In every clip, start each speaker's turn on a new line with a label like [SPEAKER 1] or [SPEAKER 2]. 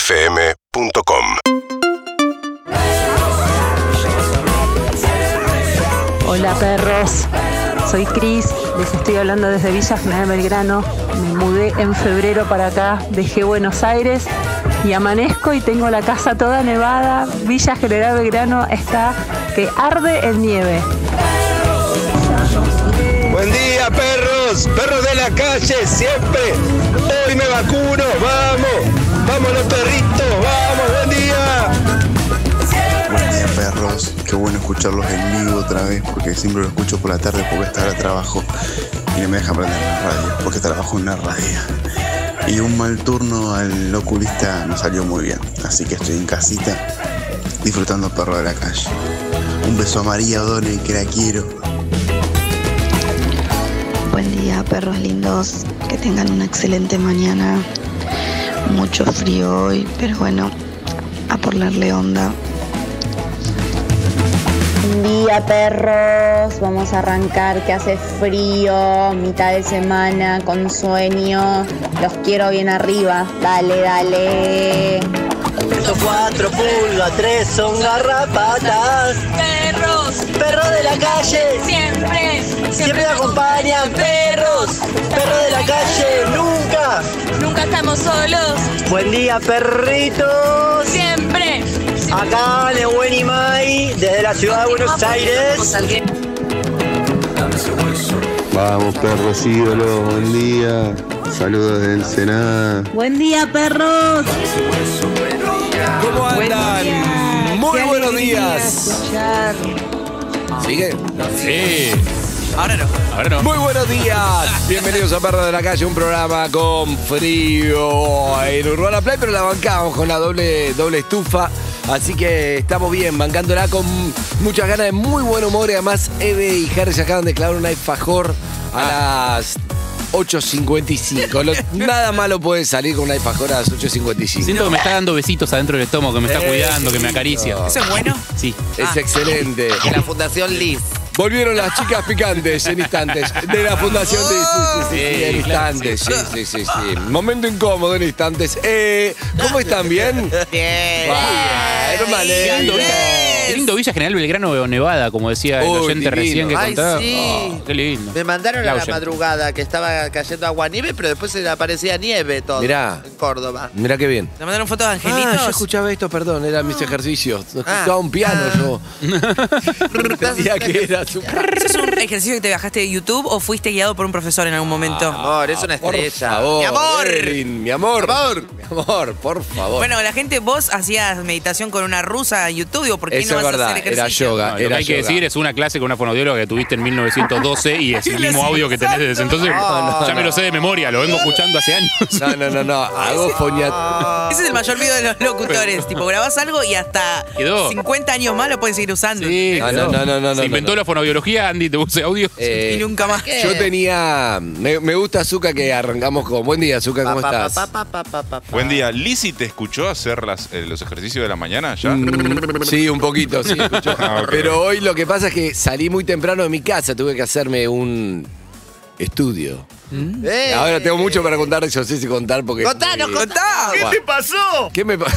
[SPEAKER 1] UrbanaPlayFM.com
[SPEAKER 2] Hola perros, soy Cris, les estoy hablando desde Villa General Belgrano. Me mudé en febrero para acá, dejé Buenos Aires y amanezco y tengo la casa toda nevada. Villa General Belgrano está que arde en nieve.
[SPEAKER 3] Buen día, perros, perros de la calle, siempre. Hoy me vacuno, vamos, vamos los perritos, vamos, buen día.
[SPEAKER 4] Buen día perros, qué bueno escucharlos en vivo otra vez porque siempre lo escucho por la tarde porque esta hora trabajo y no me deja prender la radio porque trabajo en una radio. Y un mal turno al oculista no salió muy bien, así que estoy en casita disfrutando perro de la calle. Un beso a María O'Donnell que la quiero.
[SPEAKER 5] Buen día, perros lindos. Que tengan una excelente mañana. Mucho frío hoy, pero bueno, a ponerle onda.
[SPEAKER 6] Buen día, perros. Vamos a arrancar que hace frío, mitad de semana, con sueño. Los quiero bien arriba. Dale, dale.
[SPEAKER 7] Estos cuatro pulgas, tres son garrapatas.
[SPEAKER 8] Perros,
[SPEAKER 7] Perros de la calle,
[SPEAKER 8] siempre,
[SPEAKER 7] siempre me acompañan. Perros, perros de la calle, nunca.
[SPEAKER 8] Nunca estamos solos,
[SPEAKER 7] Buen día, perritos.
[SPEAKER 8] siempre.
[SPEAKER 7] Acá de Buen Imay, desde la ciudad de Buenos Aires.
[SPEAKER 9] Vamos, perros ídolos, buen día. Saludos de Ensenada.
[SPEAKER 2] Buen día perros.
[SPEAKER 3] ¿Cómo andan? Muy buenos días. ¿Sigue?
[SPEAKER 10] Sí. Ahora no. Ahora no.
[SPEAKER 3] Muy buenos días. Bienvenidos a Perro de la Calle, un programa con frío en Urbana Play, pero la bancamos con la doble, doble estufa. Así que estamos bien, bancándola con muchas ganas de muy buen humor. Y además, Eve y Harry se acaban de clavar un alfajor a las 8.55. Lo- nada malo puede salir con un alfajor a las 8.55.
[SPEAKER 10] Siento que me está dando besitos adentro del estómago, que me está
[SPEAKER 3] Eh,
[SPEAKER 10] cuidando, que me acaricia.
[SPEAKER 11] ¿Eso es bueno?
[SPEAKER 10] Sí.
[SPEAKER 3] Es excelente.
[SPEAKER 11] De la Fundación Liz.
[SPEAKER 3] Volvieron las chicas picantes en instantes de la Fundación de...
[SPEAKER 11] Oh.
[SPEAKER 3] Sí, sí, sí, sí,
[SPEAKER 10] Sí,
[SPEAKER 3] en
[SPEAKER 10] claro,
[SPEAKER 3] instantes, sí, sí, sí, sí. Momento incómodo en instantes. Eh, ¿Cómo están? ¿Bien?
[SPEAKER 11] Bien.
[SPEAKER 3] Bueno, me
[SPEAKER 10] Qué lindo,
[SPEAKER 3] alegro.
[SPEAKER 10] Villa- qué lindo Villa General Belgrano o Nevada, como decía el
[SPEAKER 3] Uy, divino.
[SPEAKER 10] oyente recién que
[SPEAKER 11] Ay,
[SPEAKER 10] contaba.
[SPEAKER 11] sí.
[SPEAKER 10] Oh, qué lindo.
[SPEAKER 11] Me mandaron a la
[SPEAKER 10] Lauyen.
[SPEAKER 11] madrugada que estaba cayendo agua nieve, pero después se le aparecía nieve todo.
[SPEAKER 3] Mirá.
[SPEAKER 11] En Córdoba.
[SPEAKER 3] Mirá qué bien.
[SPEAKER 12] ¿Te mandaron fotos de
[SPEAKER 3] Ah, yo
[SPEAKER 12] angelitos?
[SPEAKER 3] escuchaba esto, perdón, eran mis ejercicios.
[SPEAKER 11] Ah.
[SPEAKER 3] Escuchaba un piano yo. Entendía que era su...
[SPEAKER 12] ¿Eso es un ejercicio que te bajaste de YouTube o fuiste guiado por un profesor en algún momento?
[SPEAKER 3] Ah,
[SPEAKER 11] Amor, es una estrella.
[SPEAKER 3] Por
[SPEAKER 11] Mi
[SPEAKER 3] favor,
[SPEAKER 11] amor.
[SPEAKER 3] Evelyn, mi amor. Mi amor. Mi amor, por favor.
[SPEAKER 12] Bueno, la gente, vos hacías meditación con una rusa en YouTube, digo, ¿por qué
[SPEAKER 3] Eso
[SPEAKER 12] no
[SPEAKER 3] es
[SPEAKER 12] vas a
[SPEAKER 3] verdad,
[SPEAKER 12] hacer
[SPEAKER 3] era
[SPEAKER 12] ejercicio?
[SPEAKER 3] yoga.
[SPEAKER 10] No,
[SPEAKER 3] era
[SPEAKER 10] lo que hay que
[SPEAKER 3] yoga.
[SPEAKER 10] decir es una clase con una fonoaudióloga que tuviste en 1912 y es el mismo audio que tenés desde entonces.
[SPEAKER 3] no,
[SPEAKER 10] ya me lo sé de memoria, lo vengo escuchando hace años.
[SPEAKER 3] No, no, no, no. Hago fonia...
[SPEAKER 11] Ah.
[SPEAKER 12] Ese es el mayor miedo de los locutores. tipo, grabás algo y hasta
[SPEAKER 10] Quedó.
[SPEAKER 12] 50 años más lo pueden seguir usando.
[SPEAKER 10] Sí,
[SPEAKER 3] No,
[SPEAKER 10] claro.
[SPEAKER 3] no, no, no, no, no,
[SPEAKER 10] Se inventó
[SPEAKER 3] no.
[SPEAKER 10] la fonoaudiología, Andy, te puse audio.
[SPEAKER 3] Eh,
[SPEAKER 12] Y nunca más.
[SPEAKER 3] Yo tenía. Me, me gusta Zuka que arrancamos con. Buen día, Zuka, ¿cómo
[SPEAKER 11] Pa, pa,
[SPEAKER 3] estás?
[SPEAKER 11] pa, pa, pa, pa, pa, pa.
[SPEAKER 13] Buen día, Lizzy te escuchó hacer las, eh, los ejercicios de la mañana ya.
[SPEAKER 3] Mm, Sí, un poquito, sí. escucho.
[SPEAKER 13] Ah, ok.
[SPEAKER 3] Pero hoy lo que pasa es que salí muy temprano de mi casa, tuve que hacerme un estudio.
[SPEAKER 11] Eh.
[SPEAKER 3] Ahora tengo mucho para contar, yo sé si contar porque.
[SPEAKER 11] Contanos,
[SPEAKER 3] eh,
[SPEAKER 11] contanos.
[SPEAKER 12] ¡Contá!
[SPEAKER 3] ¿Qué te
[SPEAKER 11] pasó?
[SPEAKER 3] ¿Qué me pasa?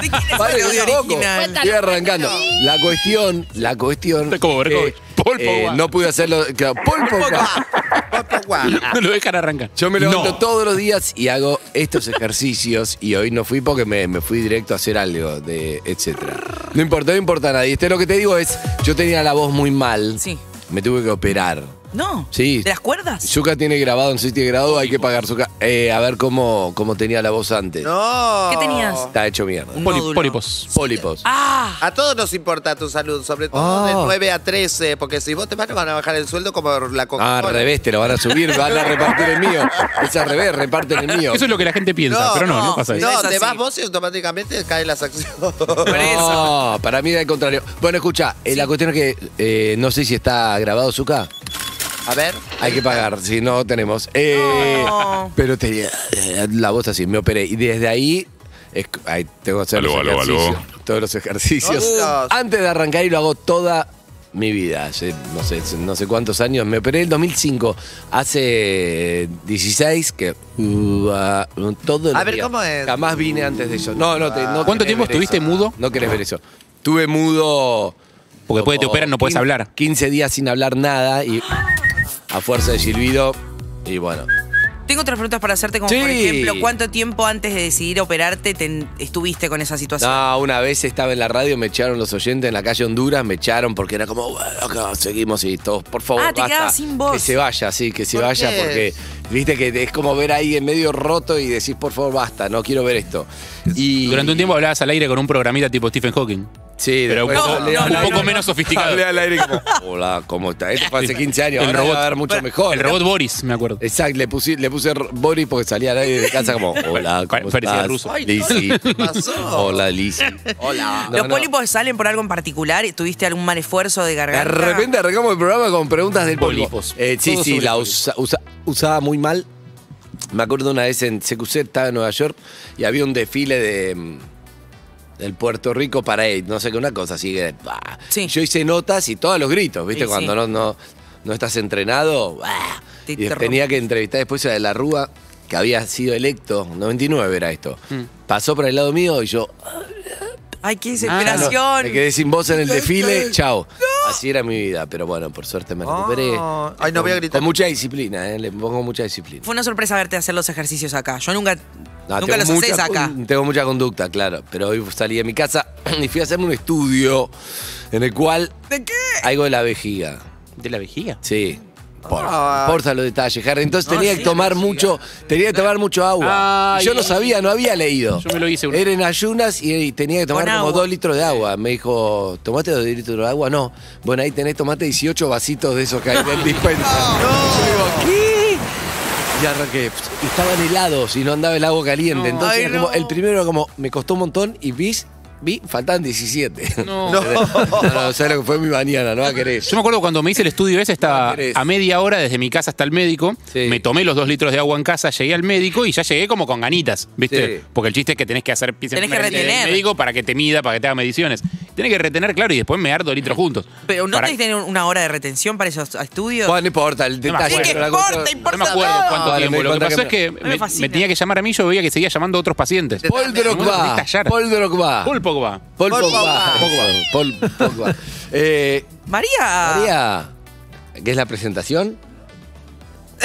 [SPEAKER 12] ¿De quién es el audio original?
[SPEAKER 3] Estoy arrancando. La cuestión, la cuestión. eh,
[SPEAKER 10] Está como Berkovich. Paul Pogba.
[SPEAKER 3] no pude hacerlo. claro, Paul Pogba.
[SPEAKER 10] no lo dejan arrancar.
[SPEAKER 3] Yo me levanto
[SPEAKER 10] No.
[SPEAKER 3] todos los días y hago estos ejercicios y hoy no fui porque me, me fui directo a hacer algo, de, etcétera. No importa, no importa a nadie. Este lo que te digo es, yo tenía la voz muy mal.
[SPEAKER 12] Sí.
[SPEAKER 3] Me tuve que operar.
[SPEAKER 12] No.
[SPEAKER 3] Sí.
[SPEAKER 12] ¿De las
[SPEAKER 10] Ah,
[SPEAKER 12] cuerdas?
[SPEAKER 3] Zuka tiene grabado, no sé si tiene grabado, hay que pagar Zuka. Eh, a ver cómo, cómo tenía la voz antes.
[SPEAKER 11] No.
[SPEAKER 12] ¿Qué tenías?
[SPEAKER 3] Está hecho mierda.
[SPEAKER 12] Un
[SPEAKER 10] Poli-
[SPEAKER 12] nódulo.
[SPEAKER 10] Pólipos.
[SPEAKER 3] Pólipos.
[SPEAKER 12] ¡Ah!
[SPEAKER 11] A todos nos importa tu salud, sobre todo
[SPEAKER 3] Ah.
[SPEAKER 11] de 9 a 13, porque si vos te vas, nos van a bajar el sueldo como la
[SPEAKER 3] Ah,
[SPEAKER 11] coca
[SPEAKER 3] al revés, te lo van a subir, van a repartir el mío. Es al revés, reparten el mío.
[SPEAKER 10] Eso es lo que la gente piensa, pero no, no, pasa eso.
[SPEAKER 12] No es
[SPEAKER 11] te
[SPEAKER 12] así.
[SPEAKER 11] vas vos y automáticamente caen las acciones.
[SPEAKER 3] No, para mí era el contrario. Bueno, escucha, eh, la cuestión es que eh, no sé si está grabado Zuka.
[SPEAKER 11] A ver.
[SPEAKER 3] Hay que pagar, si no tenemos. Eh,
[SPEAKER 11] Oh.
[SPEAKER 12] No.
[SPEAKER 3] Pero tenía eh, la voz así, me operé. Y desde ahí, es- ay, tengo que hacer
[SPEAKER 13] Aló,
[SPEAKER 3] los
[SPEAKER 13] aló, aló.
[SPEAKER 3] ejercicios, todos los ejercicios.
[SPEAKER 11] Todos.
[SPEAKER 3] Antes de arrancar y lo hago toda mi vida, hace no sé, no sé cuántos años, me operé en el 2005, hace 16 que uh, ah, todo el
[SPEAKER 11] A ver,
[SPEAKER 3] día.
[SPEAKER 11] ¿cómo es? Ah.
[SPEAKER 3] Jamás vine antes de eso. No, no, te- no
[SPEAKER 10] ¿Cuánto
[SPEAKER 3] querés
[SPEAKER 10] tiempo
[SPEAKER 3] ver
[SPEAKER 10] estuviste
[SPEAKER 3] eso.
[SPEAKER 10] mudo?
[SPEAKER 3] No querés ver eso. Tuve mudo
[SPEAKER 10] Porque después de te
[SPEAKER 3] como
[SPEAKER 10] operan no puedes
[SPEAKER 3] 15
[SPEAKER 10] hablar.
[SPEAKER 3] 15 días sin hablar nada y a fuerza de silbido y bueno.
[SPEAKER 12] Tengo otras preguntas para hacerte, como
[SPEAKER 3] Sí.
[SPEAKER 12] por ejemplo, ¿cuánto tiempo antes de decidir operarte te en- estuviste con esa situación?
[SPEAKER 3] No, una vez estaba en la radio, me echaron los oyentes en la calle Honduras, me echaron porque era como, bueno, acá seguimos y todos, por favor,
[SPEAKER 12] Ah, te
[SPEAKER 3] basta,
[SPEAKER 12] quedabas sin voz.
[SPEAKER 3] Que se vaya, sí, que se
[SPEAKER 11] ¿Por
[SPEAKER 3] vaya
[SPEAKER 11] qué?
[SPEAKER 3] porque, viste, que es como ver ahí en medio roto y decís, por favor, basta, no quiero ver esto. Y,
[SPEAKER 10] Durante un tiempo hablabas al aire con un programita tipo Stephen Hawking.
[SPEAKER 3] Sí,
[SPEAKER 10] Pero un
[SPEAKER 3] después
[SPEAKER 10] poco,
[SPEAKER 3] hablé al
[SPEAKER 10] un
[SPEAKER 3] aire,
[SPEAKER 10] poco menos sofisticado.
[SPEAKER 3] hablé al aire como, hola, ¿cómo está? Esto fue hace 15 años,
[SPEAKER 10] El
[SPEAKER 3] ahora
[SPEAKER 10] robot.
[SPEAKER 3] va a ver mucho mejor.
[SPEAKER 10] El robot Boris, me acuerdo.
[SPEAKER 3] Exacto, le puse, le puse ro- Boris porque salía al aire de casa como, hola, ¿cómo
[SPEAKER 10] Parecía
[SPEAKER 3] estás?
[SPEAKER 10] ruso.
[SPEAKER 11] Ay, no,
[SPEAKER 3] Lizzy.
[SPEAKER 11] ¿qué pasó?
[SPEAKER 3] Hola, Lizzy. Hola.
[SPEAKER 12] ¿Los
[SPEAKER 3] No, no.
[SPEAKER 12] pólipos salen por algo en particular? ¿Tuviste algún mal esfuerzo de
[SPEAKER 3] De
[SPEAKER 12] garganta?
[SPEAKER 3] repente arrancamos el programa con preguntas del público.
[SPEAKER 10] Pólipos.
[SPEAKER 3] Eh, sí,
[SPEAKER 10] Todo
[SPEAKER 3] sí,
[SPEAKER 10] sobre
[SPEAKER 3] la
[SPEAKER 10] pólipos.
[SPEAKER 3] usa- usa- usaba muy mal. Me acuerdo una vez en CQC, estaba en Nueva York y había un desfile de mm, del Puerto Rico para él, no sé qué, una cosa así que. bah.
[SPEAKER 12] Sí.
[SPEAKER 3] Yo hice notas y todos los gritos, ¿viste?
[SPEAKER 12] Sí,
[SPEAKER 3] Cuando
[SPEAKER 12] sí.
[SPEAKER 3] No, no, no estás entrenado. bah.
[SPEAKER 12] Te
[SPEAKER 3] Y tenía que entrevistar después a De La Rúa, que había sido electo, 99 era esto.
[SPEAKER 12] Mm.
[SPEAKER 3] Pasó por el lado mío y yo,
[SPEAKER 12] Ay, qué
[SPEAKER 3] ya Ah, no,
[SPEAKER 12] desesperación.
[SPEAKER 3] me quedé sin voz en el desfile, chao. Así era mi vida, pero bueno, por suerte me recuperé.
[SPEAKER 11] Oh, ay, no voy a
[SPEAKER 3] Con-
[SPEAKER 11] gritar.
[SPEAKER 3] Con mucha disciplina, eh, le pongo mucha disciplina.
[SPEAKER 12] Fue una sorpresa verte hacer los ejercicios acá. Yo nunca,
[SPEAKER 3] No,
[SPEAKER 12] nunca los
[SPEAKER 3] tengo mucha
[SPEAKER 12] haces acá.
[SPEAKER 3] con- Tengo mucha conducta, claro, pero hoy salí de mi casa y fui a hacerme un estudio en el cual
[SPEAKER 12] ¿De qué?
[SPEAKER 11] Eh.
[SPEAKER 3] algo de la vejiga.
[SPEAKER 10] ¿De la vejiga?
[SPEAKER 3] Sí. Por,
[SPEAKER 11] Ah.
[SPEAKER 3] importa los detalles, Harry. Entonces
[SPEAKER 11] No,
[SPEAKER 3] tenía
[SPEAKER 11] sí,
[SPEAKER 3] que tomar mucho, tenía que tomar mucho agua.
[SPEAKER 10] Ay.
[SPEAKER 3] Y yo no sabía, no había leído.
[SPEAKER 10] Yo me lo hice una-
[SPEAKER 3] Era en ayunas y, y tenía que tomar
[SPEAKER 12] Con
[SPEAKER 3] como
[SPEAKER 12] agua.
[SPEAKER 3] dos litros de agua. Me dijo, ¿tomaste dos litros de agua? No. Bueno, ahí tenés, tomate 18 vasitos de esos que hay en el dispensa. Yo digo, ¿qué? Y arranqué. Y estaban helados y no andaba el agua caliente. Entonces,
[SPEAKER 11] Ay,
[SPEAKER 3] era como-
[SPEAKER 11] no.
[SPEAKER 3] el primero era como, me costó un montón y vis, vi, faltaban 17.
[SPEAKER 10] No.
[SPEAKER 3] no, ¿sabes lo que fue mi mañana? No va a querer.
[SPEAKER 10] Yo me acuerdo cuando me hice el estudio ese, estaba
[SPEAKER 3] No querés.
[SPEAKER 10] a media hora desde mi casa hasta el médico.
[SPEAKER 3] Sí.
[SPEAKER 10] Me tomé los dos litros de agua en casa, llegué al médico y ya llegué como con ganitas, ¿viste?
[SPEAKER 3] Sí.
[SPEAKER 10] Porque el chiste es que tenés que hacer pis-
[SPEAKER 12] Tenés que
[SPEAKER 10] en el
[SPEAKER 12] retener.
[SPEAKER 10] médico para que te mida, para que te haga mediciones. Tenés que retener, claro, y después me dos litros juntos.
[SPEAKER 12] Pero no
[SPEAKER 10] Para-
[SPEAKER 12] tenés que tener una hora de retención para esos estudios.
[SPEAKER 3] Bueno, no importa, el
[SPEAKER 10] me
[SPEAKER 3] detalle.
[SPEAKER 10] acuerdo.
[SPEAKER 3] pero la
[SPEAKER 12] Sí, que
[SPEAKER 3] cosa-
[SPEAKER 12] importa,
[SPEAKER 10] No me acuerdo
[SPEAKER 12] importa
[SPEAKER 10] cuánto
[SPEAKER 3] nada.
[SPEAKER 10] tiempo.
[SPEAKER 3] Ahora
[SPEAKER 10] Lo
[SPEAKER 3] me di
[SPEAKER 10] que pasó es
[SPEAKER 3] cuenta
[SPEAKER 10] que
[SPEAKER 12] me
[SPEAKER 10] me,
[SPEAKER 12] fascina.
[SPEAKER 10] me tenía que llamar a mí, yo veía que seguía llamando a otros pacientes.
[SPEAKER 3] Paul
[SPEAKER 10] Tengo que
[SPEAKER 3] Drogba.
[SPEAKER 10] estallar.
[SPEAKER 3] Paul Drogba.
[SPEAKER 10] Ah, Paul Pogba.
[SPEAKER 3] Paul
[SPEAKER 11] Paul
[SPEAKER 3] Pogba. Paul Pogba. Eh,
[SPEAKER 12] María.
[SPEAKER 3] María, ¿qué es la presentación?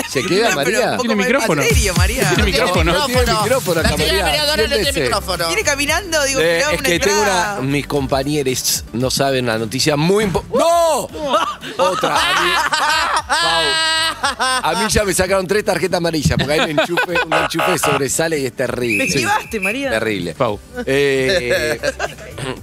[SPEAKER 3] ¿Se queda
[SPEAKER 12] No,
[SPEAKER 3] María?
[SPEAKER 12] pero un poco
[SPEAKER 10] ¿Tiene
[SPEAKER 12] más-
[SPEAKER 10] micrófono?
[SPEAKER 12] ¿En serio, María?
[SPEAKER 10] Tiene micrófono.
[SPEAKER 3] No tiene micrófono acá,
[SPEAKER 11] La señora
[SPEAKER 3] María.
[SPEAKER 11] María Dora no tiene
[SPEAKER 3] Siéntese.
[SPEAKER 11] micrófono.
[SPEAKER 12] Viene caminando, digo,
[SPEAKER 3] Eh,
[SPEAKER 12] mirá
[SPEAKER 3] es
[SPEAKER 12] una
[SPEAKER 3] que tengo
[SPEAKER 12] entrada.
[SPEAKER 3] una. Mm. Mis compañeros no saben la noticia muy impo- ¡No! Otra. A mí, Pau, a mí ya me sacaron tres tarjetas amarillas porque hay un enchufe, un enchufe sobresale y es terrible.
[SPEAKER 12] Me esquivaste, María.
[SPEAKER 3] Terrible.
[SPEAKER 10] Pau.
[SPEAKER 3] Eh,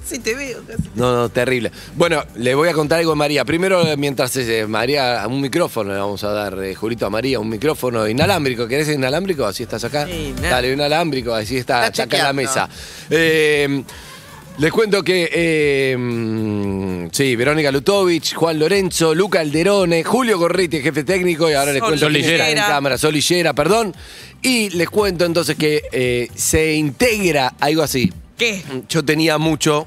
[SPEAKER 12] Sí, te veo casi.
[SPEAKER 3] No, no, terrible. Bueno, le voy a contar algo a María. Primero, mientras eh, María, a un micrófono le vamos a dar, eh, Julito, a María, un micrófono inalámbrico. ¿Querés inalámbrico? Así estás acá.
[SPEAKER 12] Sí, na-
[SPEAKER 3] Dale, inalámbrico, así está,
[SPEAKER 11] Está
[SPEAKER 3] está acá en la mesa.
[SPEAKER 11] chequeando.
[SPEAKER 3] Eh, les cuento que, eh, mm, sí, Verónica Lutovich, Juan Lorenzo, Luca Alderone, Julio Gorriti, jefe técnico, y ahora les
[SPEAKER 12] Sol
[SPEAKER 3] cuento quién está en
[SPEAKER 12] Lillera.
[SPEAKER 3] cámara, Sol Lillera, perdón. Y les cuento entonces que eh, se integra algo así.
[SPEAKER 12] ¿Qué?
[SPEAKER 3] Yo tenía mucho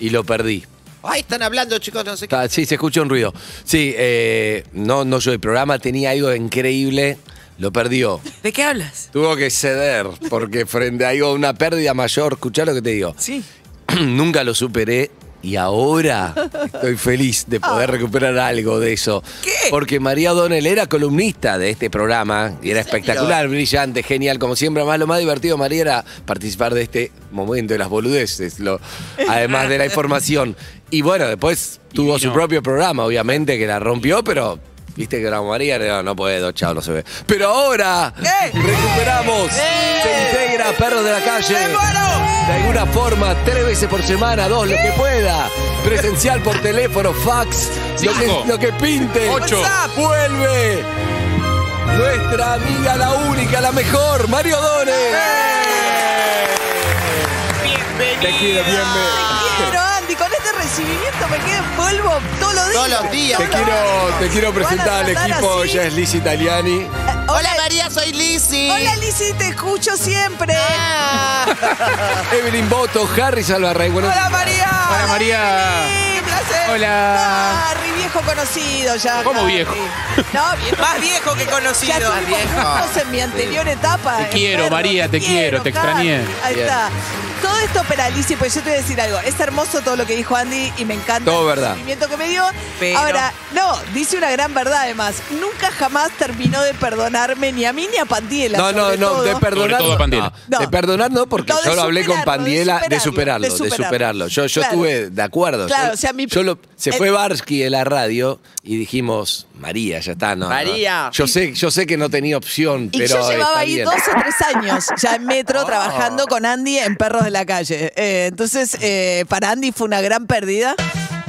[SPEAKER 3] y lo perdí.
[SPEAKER 11] Ay, están hablando, chicos, no sé qué.
[SPEAKER 3] Está- sí, se escucha un ruido. Sí, eh, no, no yo el programa tenía algo increíble, lo perdió.
[SPEAKER 12] ¿De qué hablas?
[SPEAKER 3] Tuvo que ceder, porque frente a algo, una pérdida mayor, escuchá lo que te digo.
[SPEAKER 12] Sí.
[SPEAKER 3] Nunca lo superé y ahora estoy feliz de poder recuperar algo de eso.
[SPEAKER 12] Ah. ¿Qué?
[SPEAKER 3] Porque María Donel era columnista de este programa y era espectacular, brillante, genial, como siempre. Más lo más divertido, María, era participar de este momento de las boludeces, lo- además de la información. Y bueno, después tuvo su
[SPEAKER 10] vino.
[SPEAKER 3] propio programa, obviamente, que la rompió, pero. Viste que era María, no, no puedo, chao, no se ve. Pero ahora
[SPEAKER 12] ¡Eh!
[SPEAKER 3] recuperamos, se integra Perros de la Calle.
[SPEAKER 12] ¡Me muero!
[SPEAKER 3] De alguna forma, tres veces por semana, dos, lo que pueda. Presencial por teléfono, fax, lo
[SPEAKER 10] Cinco.
[SPEAKER 3] que, lo que pinte.
[SPEAKER 10] Ocho.
[SPEAKER 3] WhatsApp. Vuelve nuestra amiga, la única, la mejor, Mario Dones. Te quiero, bienvenido.
[SPEAKER 12] Pero Andy, con este recibimiento me quedo en polvo todos los días.
[SPEAKER 11] Todos los días.
[SPEAKER 3] Te quiero, te quiero
[SPEAKER 12] Te van a
[SPEAKER 3] presentar al
[SPEAKER 12] tratar
[SPEAKER 3] equipo,
[SPEAKER 12] así.
[SPEAKER 3] ella es Liz Italiani.
[SPEAKER 11] Hola, María, soy Lizzy.
[SPEAKER 12] Hola, Lizzy, te escucho siempre.
[SPEAKER 11] Ah.
[SPEAKER 12] Ah.
[SPEAKER 3] Evelyn Boto, Harry Salvarrey. Buenos
[SPEAKER 12] Hola,
[SPEAKER 3] días.
[SPEAKER 12] María.
[SPEAKER 10] Hola, María.
[SPEAKER 12] Lizzy,
[SPEAKER 14] hace?
[SPEAKER 10] Hola.
[SPEAKER 14] Harry, viejo conocido ya.
[SPEAKER 10] ¿Cómo
[SPEAKER 14] Harry.
[SPEAKER 10] viejo?
[SPEAKER 14] No, viejo.
[SPEAKER 12] Más viejo que conocido.
[SPEAKER 14] Ya
[SPEAKER 12] Más
[SPEAKER 14] estuvimos
[SPEAKER 12] viejo.
[SPEAKER 14] juntos en mi anterior etapa.
[SPEAKER 10] Te quiero,
[SPEAKER 14] enfermo.
[SPEAKER 10] María, te quiero, te extrañé.
[SPEAKER 14] Harry. Ahí
[SPEAKER 10] Bien.
[SPEAKER 14] está. Todo esto para Alicia, pues yo te voy a decir algo. Es hermoso todo lo que dijo Andy y me encanta
[SPEAKER 3] Todo
[SPEAKER 14] el
[SPEAKER 3] verdad.
[SPEAKER 14] sentimiento que me dio.
[SPEAKER 12] Pero-
[SPEAKER 14] Ahora, no, dice una gran verdad además. Nunca jamás terminó de perdonarme ni a mí ni a Pandiela.
[SPEAKER 3] No, no,
[SPEAKER 14] sobre
[SPEAKER 3] no,
[SPEAKER 14] todo.
[SPEAKER 3] de perdonar.
[SPEAKER 10] todo a Pandiela.
[SPEAKER 3] no. De perdonar no, porque
[SPEAKER 14] No, de
[SPEAKER 3] yo lo hablé con
[SPEAKER 14] superarlo, de
[SPEAKER 3] Pandiela
[SPEAKER 14] superarlo,
[SPEAKER 3] de superarlo,
[SPEAKER 14] de
[SPEAKER 3] de superarlo.
[SPEAKER 14] superarlo.
[SPEAKER 3] Yo, yo
[SPEAKER 14] Claro.
[SPEAKER 3] estuve de acuerdo.
[SPEAKER 14] Claro,
[SPEAKER 3] Yo-
[SPEAKER 14] o sea, mi-
[SPEAKER 3] yo lo- se
[SPEAKER 14] el-
[SPEAKER 3] fue Barsky de la radio y dijimos, María, ya está, no. no.
[SPEAKER 14] María.
[SPEAKER 3] Yo sé, yo sé que no tenía opción,
[SPEAKER 14] Y
[SPEAKER 3] pero.
[SPEAKER 14] yo llevaba
[SPEAKER 3] está
[SPEAKER 14] ahí
[SPEAKER 3] bien. Oh.
[SPEAKER 14] dos o tres años ya en metro trabajando con Andy en Perros de la Calle. Eh, entonces, eh, para Andy fue una gran pérdida.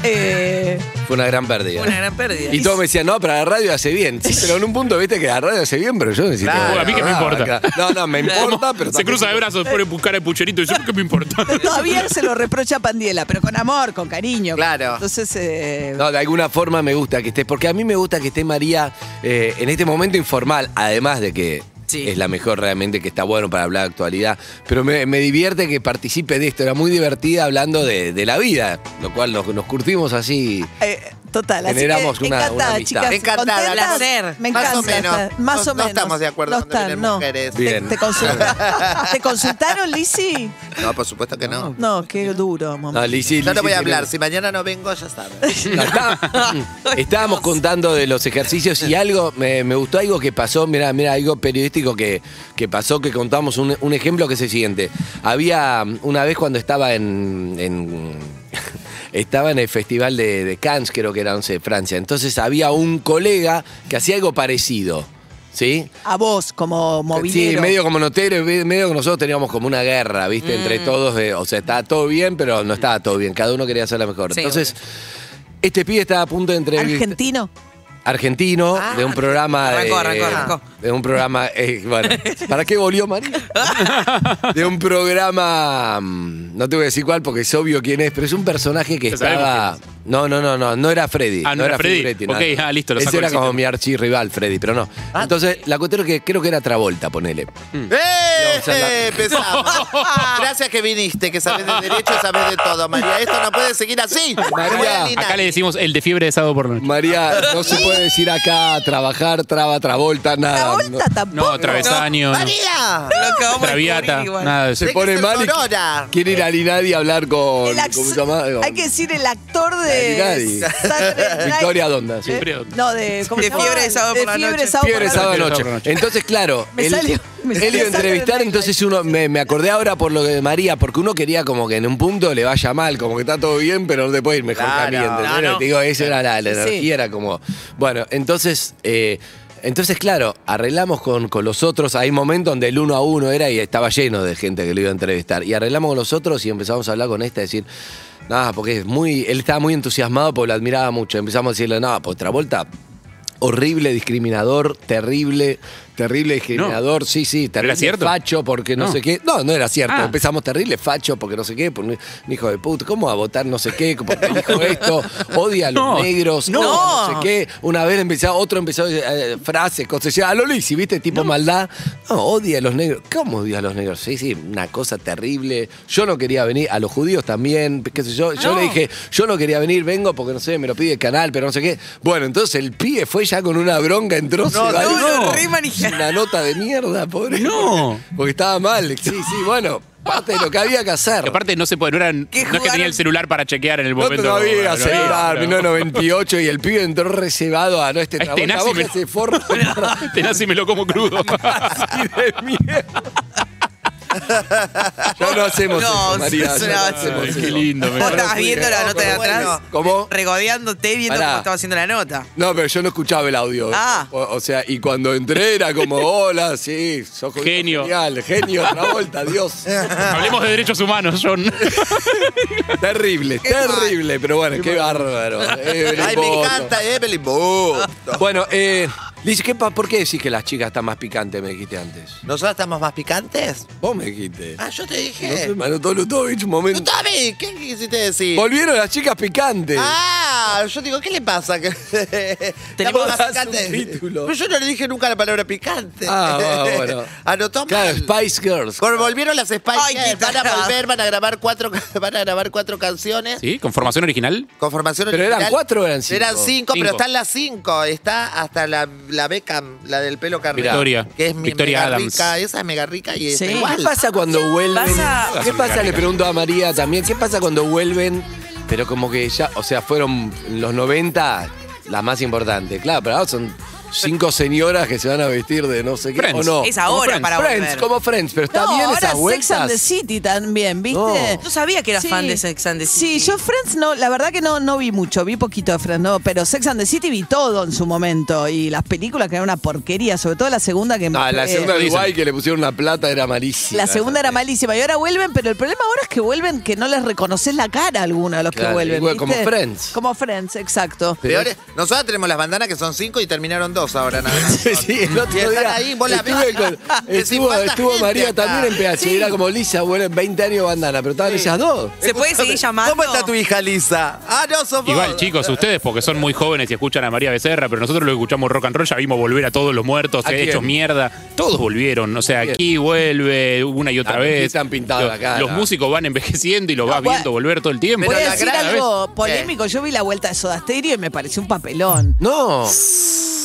[SPEAKER 14] Eh,
[SPEAKER 3] Fue una gran pérdida.
[SPEAKER 12] Una gran pérdida.
[SPEAKER 3] Y todos me decían, no, pero la radio hace bien. Sí, pero en un punto viste que la radio hace bien, pero yo decía,
[SPEAKER 10] Claro.
[SPEAKER 3] bueno,
[SPEAKER 10] A mí qué me
[SPEAKER 3] no,
[SPEAKER 10] importa.
[SPEAKER 3] claro. No, no, me importa, pero.
[SPEAKER 10] Se
[SPEAKER 3] tampoco-
[SPEAKER 10] cruza de brazos, pone buscar el pucherito y yo, ¿qué me importa?
[SPEAKER 14] todavía se lo reprocha a Pandiela, pero con amor, con cariño. Claro. Entonces, eh,
[SPEAKER 3] No, de alguna forma me gusta que estés, porque a mí me gusta que esté María eh, en este momento informal, además de que es la mejor realmente, que está bueno para hablar de actualidad, pero me, me divierte que participe de esto, era muy divertida hablando de, de la vida, lo cual nos, nos curtimos así.
[SPEAKER 14] eh, total. así
[SPEAKER 3] Generamos
[SPEAKER 14] que
[SPEAKER 3] una- una
[SPEAKER 14] encantada,
[SPEAKER 3] amistad.
[SPEAKER 14] chicas.
[SPEAKER 11] Encantada,
[SPEAKER 14] ¿contentas?
[SPEAKER 11] placer.
[SPEAKER 14] Me
[SPEAKER 11] Más
[SPEAKER 14] encanta.
[SPEAKER 11] o menos.
[SPEAKER 14] está- Más
[SPEAKER 11] No-
[SPEAKER 14] o
[SPEAKER 11] no
[SPEAKER 14] menos.
[SPEAKER 11] estamos de acuerdo
[SPEAKER 14] No
[SPEAKER 11] cuando
[SPEAKER 14] están,
[SPEAKER 11] vienen
[SPEAKER 14] no.
[SPEAKER 11] mujeres.
[SPEAKER 14] ¿Te,
[SPEAKER 11] Bien.
[SPEAKER 14] te consulta- ¿Te consultaron, Lizzy?
[SPEAKER 11] No, por supuesto que no.
[SPEAKER 14] No, qué duro, mamá.
[SPEAKER 3] No, Lizzy,
[SPEAKER 11] Yo no
[SPEAKER 3] Lizzy
[SPEAKER 11] voy a
[SPEAKER 3] tiene-
[SPEAKER 11] hablar. Si mañana no vengo, ya sabes.
[SPEAKER 3] No, está- estábamos contando de los ejercicios y algo, me, me gustó algo que pasó, mira, mira, algo periodístico que, que pasó, que contamos un, un ejemplo que es el siguiente. Había mm, una vez cuando estaba en. en- estaba en el festival de, de Cannes, creo que era, no sé, Francia. Entonces había un colega que hacía algo parecido. ¿Sí?
[SPEAKER 14] A vos, como movilero.
[SPEAKER 3] Sí, medio como notero, y medio que nosotros teníamos como una guerra, ¿viste?
[SPEAKER 12] Mm.
[SPEAKER 3] Entre todos, de- o sea, estaba todo bien, pero no estaba todo bien. Cada uno quería hacer la mejor.
[SPEAKER 14] Sí,
[SPEAKER 3] Entonces, este pibe estaba a punto de entrevistar.
[SPEAKER 14] Argentino.
[SPEAKER 3] Argentino, de un programa
[SPEAKER 12] Ah. Arrancó,
[SPEAKER 3] de,
[SPEAKER 12] arrancó, arrancó.
[SPEAKER 3] de un programa, eh, bueno, ¿para qué volvió María? De un programa, mm, no te voy a decir cuál porque es obvio quién es, pero es un personaje que
[SPEAKER 10] Ya sabemos
[SPEAKER 3] estaba, no, no, no, no, no era Freddy,
[SPEAKER 10] Ah, no era Freddy.
[SPEAKER 3] Figuretti,
[SPEAKER 10] Ok, ah, listo, lo
[SPEAKER 3] Ese
[SPEAKER 10] saco
[SPEAKER 3] era
[SPEAKER 10] del
[SPEAKER 3] como
[SPEAKER 10] sistema.
[SPEAKER 3] mi archirrival Freddy, pero no.
[SPEAKER 12] Ah.
[SPEAKER 3] Entonces, la cuestión es que creo que era Travolta, ponele.
[SPEAKER 11] ¡Eh!
[SPEAKER 3] Vamos a hablar.
[SPEAKER 11] Empezamos. Gracias que viniste, que sabes de derecho, sabes de todo, María. Esto no puede seguir así.
[SPEAKER 3] María.
[SPEAKER 11] Ni nada.
[SPEAKER 10] Acá le decimos el de fiebre de sábado por la noche.
[SPEAKER 3] María, no se puede decir acá trabajar, traba, travolta, nada.
[SPEAKER 14] Travolta tampoco.
[SPEAKER 10] No, travesaño. no.
[SPEAKER 11] María.
[SPEAKER 12] Lo acabamos de
[SPEAKER 10] Traviata,
[SPEAKER 12] descubrir igual.
[SPEAKER 10] nada de eso.
[SPEAKER 3] Se pone
[SPEAKER 11] ser
[SPEAKER 3] mal y
[SPEAKER 11] Sonora.
[SPEAKER 3] quiere ir a Linadi a hablar con.
[SPEAKER 14] El
[SPEAKER 3] ¿cómo se
[SPEAKER 14] acc-
[SPEAKER 3] llama?
[SPEAKER 14] Hay que decir el actor de.
[SPEAKER 3] Nadie, nadie. Victoria Donda, sí.
[SPEAKER 14] sí. No, de. ¿cómo
[SPEAKER 12] De
[SPEAKER 14] se llama?
[SPEAKER 12] Eh, fiebre de sábado por la
[SPEAKER 14] fiebre
[SPEAKER 12] noche.
[SPEAKER 14] de sábado por
[SPEAKER 3] Fiebre
[SPEAKER 14] la
[SPEAKER 3] sábado
[SPEAKER 14] noche.
[SPEAKER 3] noche.
[SPEAKER 10] Sábado noche.
[SPEAKER 3] Entonces, claro,
[SPEAKER 14] Me
[SPEAKER 3] él,
[SPEAKER 14] salió- me
[SPEAKER 3] él
[SPEAKER 14] salió-
[SPEAKER 3] iba a
[SPEAKER 14] me salió
[SPEAKER 3] entrevistar,
[SPEAKER 14] de
[SPEAKER 3] entonces uno me, me acordé ahora por lo de María, porque uno quería como que en un punto le vaya mal, como que está todo bien, pero no te puede ir mejor
[SPEAKER 11] Claro.
[SPEAKER 3] que a mí, ¿entendés?
[SPEAKER 11] No, no.
[SPEAKER 3] Te digo, esa era la, la
[SPEAKER 14] Sí.
[SPEAKER 3] energía, era como. Bueno, entonces. eh, entonces, claro, arreglamos con, con los otros. Hay momentos donde el uno a uno era y estaba lleno de gente que lo iba a entrevistar. Y arreglamos con los otros y empezamos a hablar con esta y decir, nada, porque es muy. Él estaba muy entusiasmado porque lo admiraba mucho. Empezamos a decirle, nada, pues Travolta, Horrible, discriminador, terrible, terrible discriminador, sí, sí, terrible
[SPEAKER 10] cierto?
[SPEAKER 3] facho porque no,
[SPEAKER 10] No.
[SPEAKER 3] sé qué. No, no era cierto.
[SPEAKER 10] Ah.
[SPEAKER 3] Empezamos terrible facho porque no sé qué, por un un hijo de puta, ¿cómo va a votar no sé qué? Porque dijo esto, odia a los
[SPEAKER 10] No.
[SPEAKER 3] negros,
[SPEAKER 10] No.
[SPEAKER 3] odia no sé qué. Una vez empezó, otro empezó eh, frases, cosas, decía, a lo Lisi, ¿viste? Tipo maldad. No, odia a los negros. ¿Cómo odia a los negros? Sí, sí, una cosa terrible. Yo no quería venir, a los judíos también, qué sé yo. Yo
[SPEAKER 10] No.
[SPEAKER 3] le dije, yo no quería venir, vengo porque no sé, me lo pide el canal, pero no sé qué. Bueno, entonces el pibe fue ya con una bronca, entró, se
[SPEAKER 11] no,
[SPEAKER 3] valió.
[SPEAKER 12] no, re manija.
[SPEAKER 3] Una nota de mierda, pobre.
[SPEAKER 10] No.
[SPEAKER 3] Porque estaba mal. Sí, sí, bueno, parte de lo que había que hacer.
[SPEAKER 10] Que aparte no se puede, no, eran-
[SPEAKER 12] Que
[SPEAKER 10] no es que
[SPEAKER 12] jugaron-
[SPEAKER 10] tenía el celular para chequear en el
[SPEAKER 3] No
[SPEAKER 10] momento.
[SPEAKER 3] todavía,
[SPEAKER 10] Bueno,
[SPEAKER 3] señor,
[SPEAKER 10] no.
[SPEAKER 3] 1998 y el pibe entró reservado a no este
[SPEAKER 10] A este
[SPEAKER 3] trabajo.
[SPEAKER 10] nazi
[SPEAKER 3] que
[SPEAKER 10] me-
[SPEAKER 3] se forra.
[SPEAKER 10] Tenaz y me lo como crudo.
[SPEAKER 3] Así de mierda. Ya no hacemos
[SPEAKER 12] No,
[SPEAKER 3] eso, María.
[SPEAKER 12] es
[SPEAKER 3] ya
[SPEAKER 12] una
[SPEAKER 3] no
[SPEAKER 12] basura.
[SPEAKER 3] hacemos
[SPEAKER 10] Ay,
[SPEAKER 3] eso.
[SPEAKER 10] qué lindo, me
[SPEAKER 12] Vos
[SPEAKER 10] parece.
[SPEAKER 12] estabas viendo la nota de
[SPEAKER 11] Bueno.
[SPEAKER 12] atrás,
[SPEAKER 3] ¿Cómo?
[SPEAKER 12] regodeándote y viendo
[SPEAKER 3] Pará.
[SPEAKER 12] cómo estaba haciendo la nota.
[SPEAKER 3] No, pero yo no escuchaba el audio.
[SPEAKER 12] Ah.
[SPEAKER 3] O, o sea, y cuando entré era como, hola, sí, sos judío,
[SPEAKER 10] Genio.
[SPEAKER 3] Genial, genio, otra vuelta, Dios.
[SPEAKER 10] Hablemos de derechos humanos, John.
[SPEAKER 3] terrible, terrible, pero bueno, qué bárbaro. Eh, Evelyn
[SPEAKER 11] Ay, me
[SPEAKER 3] Boto.
[SPEAKER 11] encanta Evelyn. Boto.
[SPEAKER 3] Bueno, eh, Liz, ¿qué pa- ¿por qué decís que las chicas están más picantes, me dijiste antes?
[SPEAKER 11] ¿Nosotras estamos más picantes?
[SPEAKER 3] Vos me dijiste.
[SPEAKER 11] Ah, yo te
[SPEAKER 3] No sé,
[SPEAKER 11] dije.
[SPEAKER 3] Manotó Lutovic, un momento.
[SPEAKER 11] Tommy, ¿qué quisiste decir?
[SPEAKER 3] Volvieron las chicas picantes.
[SPEAKER 11] Ah, yo digo, ¿qué le pasa? Que- Estamos más
[SPEAKER 3] Tenemos
[SPEAKER 11] picantes.
[SPEAKER 3] un título.
[SPEAKER 11] Pero yo no le dije nunca la palabra picante.
[SPEAKER 3] Ah, va, bueno.
[SPEAKER 11] Anotó mal.
[SPEAKER 3] Claro, Spice Girls.
[SPEAKER 11] Vol- Volvieron las Spice
[SPEAKER 14] Ay, qué
[SPEAKER 11] Girls, van a
[SPEAKER 14] tarado.
[SPEAKER 11] volver, van a grabar cuatro, van a grabar cuatro canciones.
[SPEAKER 10] ¿Sí? ¿Con formación original?
[SPEAKER 11] Con formación
[SPEAKER 3] Pero eran
[SPEAKER 11] original.
[SPEAKER 3] cuatro o eran cinco.
[SPEAKER 11] Eran cinco, pero
[SPEAKER 10] Cinco.
[SPEAKER 11] están las cinco. Está hasta la, la Beckham, la del pelo carrera.
[SPEAKER 10] Victoria.
[SPEAKER 11] Que es mi
[SPEAKER 10] Victoria
[SPEAKER 11] mega
[SPEAKER 10] Adams.
[SPEAKER 11] rica. Esa es mega rica y es
[SPEAKER 14] Sí.
[SPEAKER 11] igual.
[SPEAKER 3] ¿Qué pasa cuando vuelven?
[SPEAKER 12] Pasa-
[SPEAKER 3] ¿Qué pasa? Le pregunto a María también. ¿Qué pasa cuando vuelven? Pero como que ya, o sea, fueron en los 90 las más importantes. Claro, pero ahora son cinco señoras que se van a vestir de no sé qué.
[SPEAKER 10] Friends.
[SPEAKER 3] ¿o no?
[SPEAKER 12] Es ahora
[SPEAKER 3] Como
[SPEAKER 12] para
[SPEAKER 3] Friends,
[SPEAKER 12] volver.
[SPEAKER 3] como Friends, pero está
[SPEAKER 14] no,
[SPEAKER 3] bien
[SPEAKER 14] ahora
[SPEAKER 3] esas
[SPEAKER 14] Sex and the
[SPEAKER 3] vueltas.
[SPEAKER 14] City también, ¿viste?
[SPEAKER 3] No.
[SPEAKER 12] No sabía que eras
[SPEAKER 14] Sí.
[SPEAKER 12] fan de Sex and the City.
[SPEAKER 14] Sí, yo Friends no, la verdad que no, no vi mucho, vi poquito de Friends, no, pero Sex and the City vi todo en su momento y las películas que eran una porquería, sobre todo la segunda que
[SPEAKER 3] Ah, la
[SPEAKER 14] eh,
[SPEAKER 3] segunda de Uruguay que le pusieron una plata era malísima.
[SPEAKER 14] La segunda era malísima y ahora vuelven, pero el problema ahora es que vuelven que no les reconoces la cara a alguno de los
[SPEAKER 3] Claro,
[SPEAKER 14] que vuelven.
[SPEAKER 3] igual como
[SPEAKER 14] ¿viste?
[SPEAKER 3] Friends.
[SPEAKER 14] Como Friends, exacto.
[SPEAKER 11] Peores- nosotros tenemos las bandanas que son cinco y terminaron dos ahora nada más.
[SPEAKER 3] Sí, sí, el
[SPEAKER 11] Y
[SPEAKER 3] otro
[SPEAKER 11] están
[SPEAKER 3] día
[SPEAKER 11] ahí, vos la
[SPEAKER 3] estuve
[SPEAKER 11] ves.
[SPEAKER 3] con-
[SPEAKER 11] Decís,
[SPEAKER 3] estuvo,
[SPEAKER 11] ¿cuánta
[SPEAKER 3] estuvo
[SPEAKER 11] gente
[SPEAKER 3] María
[SPEAKER 11] acá?
[SPEAKER 3] también en PH,
[SPEAKER 11] Sí.
[SPEAKER 3] era como Lisa, bueno, 20 años bandana, pero estaban ellas dos.
[SPEAKER 12] ¿Se puede seguir llamando?
[SPEAKER 11] ¿Cómo está tu hija Lisa? Ah, no, sos vos.
[SPEAKER 10] Igual, chicos, ustedes porque son muy jóvenes y escuchan a María Becerra, pero nosotros lo que escuchamos rock and roll, ya vimos volver a todos los muertos,
[SPEAKER 3] ¿A
[SPEAKER 10] eh,
[SPEAKER 3] quién?
[SPEAKER 10] hechos mierda. Todos volvieron. O sea,
[SPEAKER 3] ¿A quién?
[SPEAKER 10] aquí vuelve una y otra
[SPEAKER 3] ¿A quién
[SPEAKER 10] vez.
[SPEAKER 3] están pintados
[SPEAKER 10] los,
[SPEAKER 3] la cara?
[SPEAKER 10] los músicos van envejeciendo y lo
[SPEAKER 14] No,
[SPEAKER 10] vas
[SPEAKER 14] bueno.
[SPEAKER 10] viendo volver todo el tiempo.
[SPEAKER 14] Voy
[SPEAKER 11] Pero
[SPEAKER 14] a
[SPEAKER 11] la
[SPEAKER 14] decir
[SPEAKER 11] gran-
[SPEAKER 14] algo
[SPEAKER 11] ¿Qué?
[SPEAKER 14] polémico. Yo vi la vuelta de Soda Stereo y me pareció un papelón.
[SPEAKER 3] No.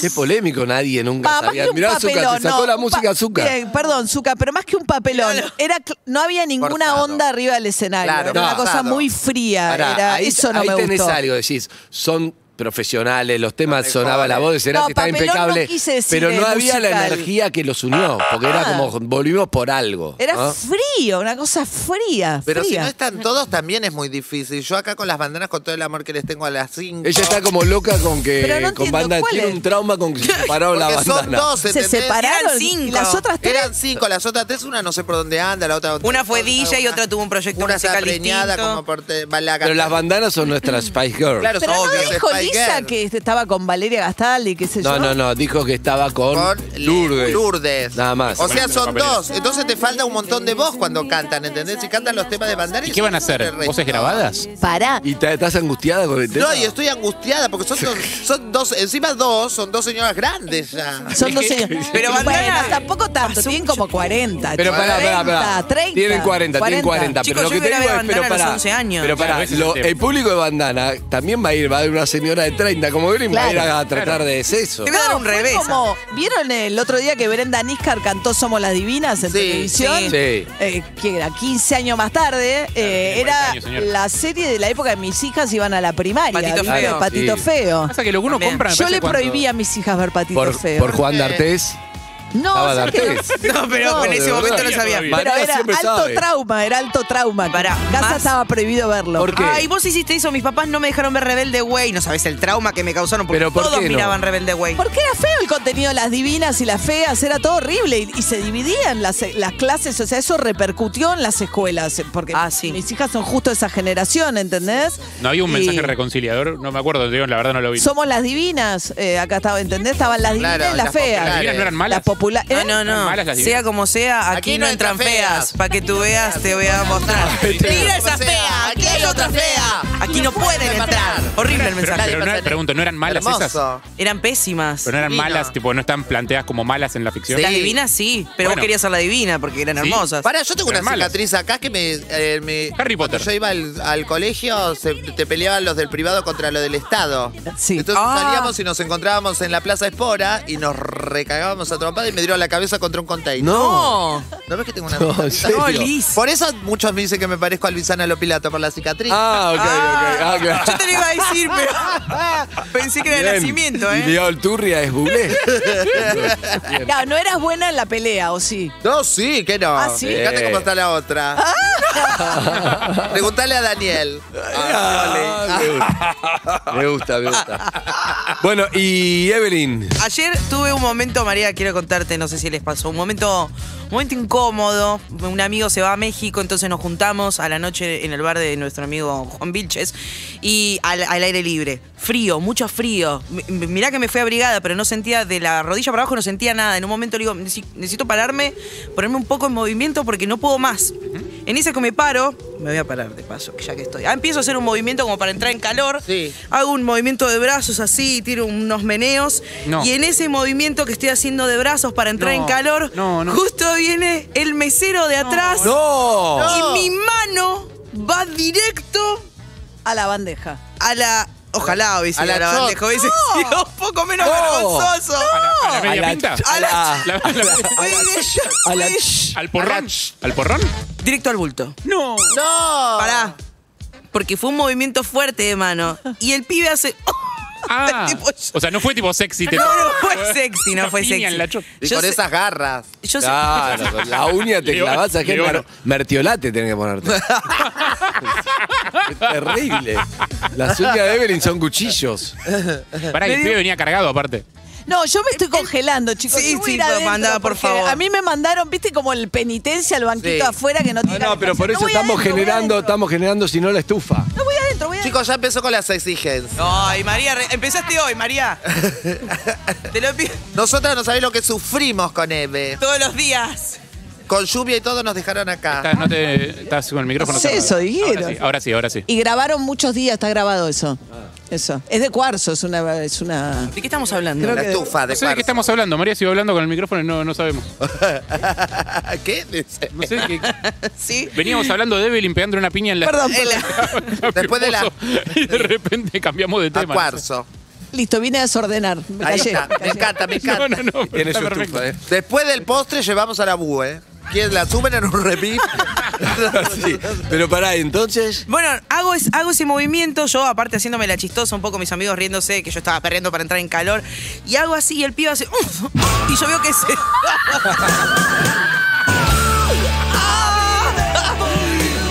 [SPEAKER 3] Qué polémico, nadie nunca
[SPEAKER 14] Pa- más
[SPEAKER 3] sabía.
[SPEAKER 14] que un
[SPEAKER 3] Mirá Zucca,
[SPEAKER 14] papelón,
[SPEAKER 3] te sacó
[SPEAKER 14] no,
[SPEAKER 3] la
[SPEAKER 14] un
[SPEAKER 3] música
[SPEAKER 14] pa-
[SPEAKER 3] Azúcar.
[SPEAKER 14] Bien, perdón, Zucca, pero más que un papelón. Era, cl- no había ninguna
[SPEAKER 11] Forzado.
[SPEAKER 14] onda arriba del escenario.
[SPEAKER 11] Claro,
[SPEAKER 14] era una cosa
[SPEAKER 11] forzado.
[SPEAKER 14] muy fría.
[SPEAKER 3] Pará,
[SPEAKER 14] era-
[SPEAKER 3] ahí,
[SPEAKER 14] eso no
[SPEAKER 3] ahí
[SPEAKER 14] me
[SPEAKER 3] tenés
[SPEAKER 14] gustó.
[SPEAKER 3] algo, decís, son profesionales, los temas
[SPEAKER 11] Los
[SPEAKER 3] sonaba la
[SPEAKER 11] mejores.
[SPEAKER 3] voz de Cerati,
[SPEAKER 14] No,
[SPEAKER 3] estaba
[SPEAKER 14] papelón no
[SPEAKER 3] impecable,
[SPEAKER 14] quise decir,
[SPEAKER 3] pero no
[SPEAKER 14] eh,
[SPEAKER 3] había la
[SPEAKER 14] musical.
[SPEAKER 3] energía que los unió, porque era
[SPEAKER 14] Ah.
[SPEAKER 3] como volvimos por algo.
[SPEAKER 14] Era
[SPEAKER 3] ¿no?
[SPEAKER 14] frío, una cosa fría.
[SPEAKER 11] Pero si
[SPEAKER 14] fría.
[SPEAKER 11] no están todos, también es muy difícil. Yo acá con las bandanas, con todo el amor que les tengo a las cinco.
[SPEAKER 3] Ella está como loca con que
[SPEAKER 14] Pero no
[SPEAKER 3] con
[SPEAKER 14] entiendo,
[SPEAKER 3] banda,
[SPEAKER 14] ¿cuál
[SPEAKER 3] tiene
[SPEAKER 14] es?
[SPEAKER 3] un trauma con que se separaron la
[SPEAKER 11] Porque son
[SPEAKER 3] bandana.
[SPEAKER 11] dos,
[SPEAKER 14] se
[SPEAKER 11] ¿entendés?
[SPEAKER 14] separaron
[SPEAKER 12] Eran cinco.
[SPEAKER 14] y las otras tres.
[SPEAKER 11] Eran cinco, las otras tres, una no sé por dónde anda, la otra...
[SPEAKER 12] Una fue DJ y
[SPEAKER 11] una-
[SPEAKER 12] otra tuvo un proyecto
[SPEAKER 11] Una está
[SPEAKER 12] musical
[SPEAKER 11] preñada
[SPEAKER 12] distinto.
[SPEAKER 11] como por... te- va la-
[SPEAKER 3] Pero las bandanas son nuestras Spice Girls.
[SPEAKER 11] Claro,
[SPEAKER 14] pero
[SPEAKER 11] son obvias,
[SPEAKER 14] no dijo
[SPEAKER 11] Spice
[SPEAKER 14] Lisa
[SPEAKER 11] Girl.
[SPEAKER 14] que estaba con Valeria Gastaldi, qué sé
[SPEAKER 3] no,
[SPEAKER 14] yo.
[SPEAKER 3] no, no, dijo que estaba con,
[SPEAKER 11] con
[SPEAKER 3] Lourdes.
[SPEAKER 11] Lourdes.
[SPEAKER 3] Nada más.
[SPEAKER 11] O sea, son
[SPEAKER 10] Papeles.
[SPEAKER 11] dos. Entonces te falta un montón de voz cuando cantan, ¿entendés? Si cantan los temas de bandana...
[SPEAKER 10] ¿Y qué van a hacer? ¿Voces grabadas?
[SPEAKER 14] Pará.
[SPEAKER 3] ¿Y ta- estás angustiada con el tema?
[SPEAKER 11] No, y estoy angustiada porque son dos, son dos, encima dos, son dos señoras grandes ya.
[SPEAKER 14] Son dos señores.
[SPEAKER 12] Pero
[SPEAKER 14] bueno,
[SPEAKER 12] Bandana-
[SPEAKER 14] tampoco tanto, tienen como 40.
[SPEAKER 3] Pero pará, pará,
[SPEAKER 14] 40,
[SPEAKER 3] pará.
[SPEAKER 14] 30,
[SPEAKER 3] tienen 40, tienen 40.
[SPEAKER 12] Chicos,
[SPEAKER 3] pero lo que
[SPEAKER 12] yo
[SPEAKER 3] te
[SPEAKER 12] iba a
[SPEAKER 3] digo
[SPEAKER 12] ver
[SPEAKER 3] es, pero
[SPEAKER 12] bandana a los
[SPEAKER 3] pará.
[SPEAKER 12] 11 años.
[SPEAKER 3] Pero
[SPEAKER 10] Claro,
[SPEAKER 3] pará,
[SPEAKER 10] ese es
[SPEAKER 3] lo-
[SPEAKER 10] el tema.
[SPEAKER 3] el público de bandana también va a ir, va a haber una señora de 30 como Green, va a ir
[SPEAKER 14] Claro.
[SPEAKER 3] a tratar de eso.
[SPEAKER 12] Te voy a dar
[SPEAKER 14] No,
[SPEAKER 12] un
[SPEAKER 14] fue
[SPEAKER 12] revés.
[SPEAKER 14] como- ¿Vieron el otro día que Brenda Niscar cantó Somos las Divinas en
[SPEAKER 11] Sí,
[SPEAKER 14] televisión?
[SPEAKER 12] sí.
[SPEAKER 3] Sí.
[SPEAKER 14] Eh, que era 15 años más tarde, eh,
[SPEAKER 10] tiene 40
[SPEAKER 14] era
[SPEAKER 10] años, señora.
[SPEAKER 14] la serie de la época de mis hijas iban a la primaria.
[SPEAKER 12] Patito
[SPEAKER 14] ¿viste?
[SPEAKER 12] Feo.
[SPEAKER 14] Patito
[SPEAKER 3] Sí.
[SPEAKER 14] Feo.
[SPEAKER 10] Pasa que lo que uno
[SPEAKER 12] También.
[SPEAKER 10] compra me
[SPEAKER 14] Yo
[SPEAKER 10] parece
[SPEAKER 14] le
[SPEAKER 10] cuando-
[SPEAKER 14] prohibí a mis hijas ver Patito
[SPEAKER 3] Por,
[SPEAKER 14] Feo.
[SPEAKER 3] por Juan D'Artés.
[SPEAKER 14] no,
[SPEAKER 3] Estaba
[SPEAKER 14] ¿sabes que no?
[SPEAKER 3] D'Artés.
[SPEAKER 12] No, pero
[SPEAKER 14] No,
[SPEAKER 12] en
[SPEAKER 14] de
[SPEAKER 12] ese momento
[SPEAKER 3] verdad.
[SPEAKER 12] no sabía.
[SPEAKER 10] Todavía.
[SPEAKER 14] Pero
[SPEAKER 3] María
[SPEAKER 14] era
[SPEAKER 3] siempre
[SPEAKER 14] alto
[SPEAKER 3] sabe.
[SPEAKER 14] trauma, era alto trauma.
[SPEAKER 12] Pará,
[SPEAKER 14] En casa
[SPEAKER 12] más-
[SPEAKER 14] estaba prohibido verlo.
[SPEAKER 3] ¿Por qué?
[SPEAKER 12] Ay, vos hiciste eso, mis papás no me dejaron ver Rebelde Way. No sabés el trauma que me causaron porque
[SPEAKER 3] Pero ¿por
[SPEAKER 12] todos
[SPEAKER 3] qué no?
[SPEAKER 12] miraban Rebelde Way.
[SPEAKER 14] Porque era feo el contenido, de las divinas y las feas, era todo horrible y, y se dividían las, las clases, o sea, eso repercutió en las escuelas, porque
[SPEAKER 12] Ah, sí.
[SPEAKER 14] mis hijas son justo de esa generación, ¿entendés?
[SPEAKER 10] No había un mensaje
[SPEAKER 14] Y
[SPEAKER 10] reconciliador, no me acuerdo, te digo, la verdad no lo vi.
[SPEAKER 14] Somos las divinas, eh, acá estaba, ¿entendés? Estaban las divinas
[SPEAKER 11] Claro,
[SPEAKER 14] y las,
[SPEAKER 11] las
[SPEAKER 14] feas.
[SPEAKER 10] ¿Las
[SPEAKER 11] populares.
[SPEAKER 10] divinas no eran malas?
[SPEAKER 14] Las populares.
[SPEAKER 12] No, Ah, no, no.
[SPEAKER 10] Las malas, las divinas.
[SPEAKER 12] sea como sea, aquí, no, entran feas. Para que tú veas, te voy a mostrar. Mira esa fea, aquí hay otra fea. Aquí no pueden entrar. Horrible el
[SPEAKER 10] Pero,
[SPEAKER 12] mensaje.
[SPEAKER 10] pero no, pregunto, ¿no eran malas esas?
[SPEAKER 11] Hermoso.
[SPEAKER 12] Eran pésimas.
[SPEAKER 10] Pero no eran
[SPEAKER 11] Divino.
[SPEAKER 10] malas, tipo, no están planteadas como malas en la ficción.
[SPEAKER 11] Sí.
[SPEAKER 12] Las divinas sí, pero
[SPEAKER 10] Bueno.
[SPEAKER 12] vos querías ser la divina porque eran
[SPEAKER 10] Sí.
[SPEAKER 12] hermosas.
[SPEAKER 11] Para, yo tengo una
[SPEAKER 10] Eran malas.
[SPEAKER 11] cicatriz acá que me. eh, me-
[SPEAKER 10] Harry
[SPEAKER 11] cuando
[SPEAKER 10] Potter.
[SPEAKER 11] Yo iba al, al colegio, se- te peleaban los del privado contra los del Estado.
[SPEAKER 14] Sí.
[SPEAKER 11] Entonces
[SPEAKER 12] Ah.
[SPEAKER 11] salíamos y nos encontrábamos en la Plaza Espora y nos recagábamos a trompada y me dieron la cabeza contra un container.
[SPEAKER 12] No.
[SPEAKER 11] ¿No ves que tengo una
[SPEAKER 3] No, ¿en
[SPEAKER 11] cicatriz?
[SPEAKER 3] serio?
[SPEAKER 11] Por eso muchos me dicen que me parezco a Luisana Lopilato por la cicatriz.
[SPEAKER 3] Ah, ok, ok. Ah, claro.
[SPEAKER 12] Yo te lo iba a decir, pero pensé que era de
[SPEAKER 3] Bien.
[SPEAKER 12] nacimiento,
[SPEAKER 3] Y
[SPEAKER 12] ¿eh?
[SPEAKER 3] Leo Alturria es Bulé.
[SPEAKER 14] No, no eras buena en la pelea, ¿o sí?
[SPEAKER 11] No, sí, que no.
[SPEAKER 14] Ah, ¿sí?
[SPEAKER 11] Fíjate
[SPEAKER 3] Eh.
[SPEAKER 11] cómo está la otra.
[SPEAKER 3] Ah,
[SPEAKER 11] Pregúntale a Daniel.
[SPEAKER 3] Me gusta, me
[SPEAKER 10] Ah.
[SPEAKER 3] gusta. Bueno, y Evelyn.
[SPEAKER 12] Ayer tuve un momento, María, quiero contarte, no sé si les pasó, un momento, un momento incómodo. Un amigo se va a México, entonces nos juntamos a la noche en el bar de nuestro amigo Juan Vilches y al, al aire libre. Frío, mucho frío. Mi- mi- Mirá que me fui abrigada, pero no sentía de la rodilla para abajo, no sentía nada. En un momento le digo, "Neces- necesito pararme, ponerme un poco en movimiento porque no puedo más. En ese que me paro, me voy a parar de paso, ya que estoy. Ah, empiezo a hacer un movimiento como para entrar en calor. Hago un movimiento de brazos así, tiro unos meneos.
[SPEAKER 10] No.
[SPEAKER 12] Y en ese movimiento que estoy haciendo de brazos para entrar
[SPEAKER 10] No,
[SPEAKER 12] en calor,
[SPEAKER 10] no, no.
[SPEAKER 12] justo viene el mesero de atrás.
[SPEAKER 3] ¡No!
[SPEAKER 14] No.
[SPEAKER 12] Y mi mano va directo
[SPEAKER 14] A la bandeja.
[SPEAKER 12] a la. Ojalá hubiese
[SPEAKER 14] A
[SPEAKER 12] ido
[SPEAKER 14] la
[SPEAKER 12] a la
[SPEAKER 14] chota.
[SPEAKER 12] bandeja, hubiese
[SPEAKER 14] No.
[SPEAKER 12] sido un poco menos
[SPEAKER 14] No.
[SPEAKER 12] vergonzoso.
[SPEAKER 10] ¿A la media pinta? Ah.
[SPEAKER 12] A la-
[SPEAKER 10] La- la- la- ¿Al porrón? ¿Al porrón?
[SPEAKER 12] Directo al bulto.
[SPEAKER 10] No.
[SPEAKER 11] No.
[SPEAKER 12] Pará. Porque fue un movimiento fuerte de mano. Y el pibe hace.
[SPEAKER 10] Ah. O sea, no fue tipo sexy. te-
[SPEAKER 12] No, no fue sexy, no
[SPEAKER 10] Una
[SPEAKER 12] fue
[SPEAKER 10] piña
[SPEAKER 12] sexy.
[SPEAKER 10] en la cho-
[SPEAKER 11] Y
[SPEAKER 12] Yo
[SPEAKER 11] con
[SPEAKER 12] sé-
[SPEAKER 11] esas garras.
[SPEAKER 12] Yo sé-
[SPEAKER 3] Claro, la uña te
[SPEAKER 10] León,
[SPEAKER 3] clavas a
[SPEAKER 10] León.
[SPEAKER 3] gente. Mertiolate tenés que ponerte. Es terrible. Las uñas de Evelyn son cuchillos.
[SPEAKER 10] Pará, y el
[SPEAKER 14] Me
[SPEAKER 10] pibe
[SPEAKER 14] dio-
[SPEAKER 10] venía cargado aparte.
[SPEAKER 14] No, yo me estoy congelando, chicos.
[SPEAKER 12] Sí,
[SPEAKER 14] Yo voy a ir
[SPEAKER 12] sí, pero
[SPEAKER 14] adentro
[SPEAKER 12] mandá, por
[SPEAKER 14] porque
[SPEAKER 12] favor.
[SPEAKER 14] A mí me mandaron, viste, como el penitencia al banquito
[SPEAKER 11] Sí.
[SPEAKER 14] afuera que no tiene.
[SPEAKER 3] No, pero por
[SPEAKER 14] No
[SPEAKER 3] eso
[SPEAKER 14] voy
[SPEAKER 3] estamos
[SPEAKER 14] adentro, voy
[SPEAKER 3] generando,
[SPEAKER 14] adentro.
[SPEAKER 3] estamos generando si no la estufa.
[SPEAKER 14] No voy adentro, voy adentro.
[SPEAKER 11] Chicos, ya empezó con las exigencias.
[SPEAKER 12] Ay, María, re- empezaste hoy, María. Te lo pido
[SPEAKER 11] Nosotras no sabés lo que sufrimos con Eve.
[SPEAKER 12] todos los días.
[SPEAKER 11] Con lluvia y todo nos dejaron acá.
[SPEAKER 10] Estás, no te- estás con el micrófono.
[SPEAKER 14] Sí, eso dijeron.
[SPEAKER 10] Ahora sí, ahora sí. Ahora sí.
[SPEAKER 14] Y grabaron muchos días, está grabado eso. Eso. Es de cuarzo, es una. Es una...
[SPEAKER 12] ¿De qué estamos hablando?
[SPEAKER 11] La estufa de
[SPEAKER 10] No sé de qué
[SPEAKER 11] cuarzo.
[SPEAKER 10] estamos hablando. María sigue hablando con el micrófono y no, no sabemos.
[SPEAKER 11] ¿Qué? Dice.
[SPEAKER 10] No sé qué.
[SPEAKER 12] Sí.
[SPEAKER 10] Veníamos hablando de Evelyn pegando una piña en la.
[SPEAKER 14] Perdón,
[SPEAKER 12] Eh,
[SPEAKER 14] perdón.
[SPEAKER 11] Después de la-
[SPEAKER 10] Y de repente cambiamos de
[SPEAKER 11] A
[SPEAKER 10] tema.
[SPEAKER 11] cuarzo.
[SPEAKER 14] Listo, vine a desordenar. Me
[SPEAKER 11] Ahí
[SPEAKER 14] callé,
[SPEAKER 11] está.
[SPEAKER 14] me
[SPEAKER 11] Me
[SPEAKER 14] callé.
[SPEAKER 11] encanta, me
[SPEAKER 10] No,
[SPEAKER 11] encanta.
[SPEAKER 10] no, no. pero
[SPEAKER 3] Tiene
[SPEAKER 10] está
[SPEAKER 3] su
[SPEAKER 10] perfecto.
[SPEAKER 3] estufa, ¿eh?
[SPEAKER 11] Después del postre llevamos a la búho, ¿eh? ¿Quién la suben en un remis?
[SPEAKER 3] Sí. Pero pará, entonces.
[SPEAKER 12] Bueno, hago, es- hago ese movimiento, yo aparte haciéndome la chistosa, un poco mis amigos riéndose, que yo estaba perreando para entrar en calor, y hago así, y el pibe hace... "Uf", y yo veo que se... Ah.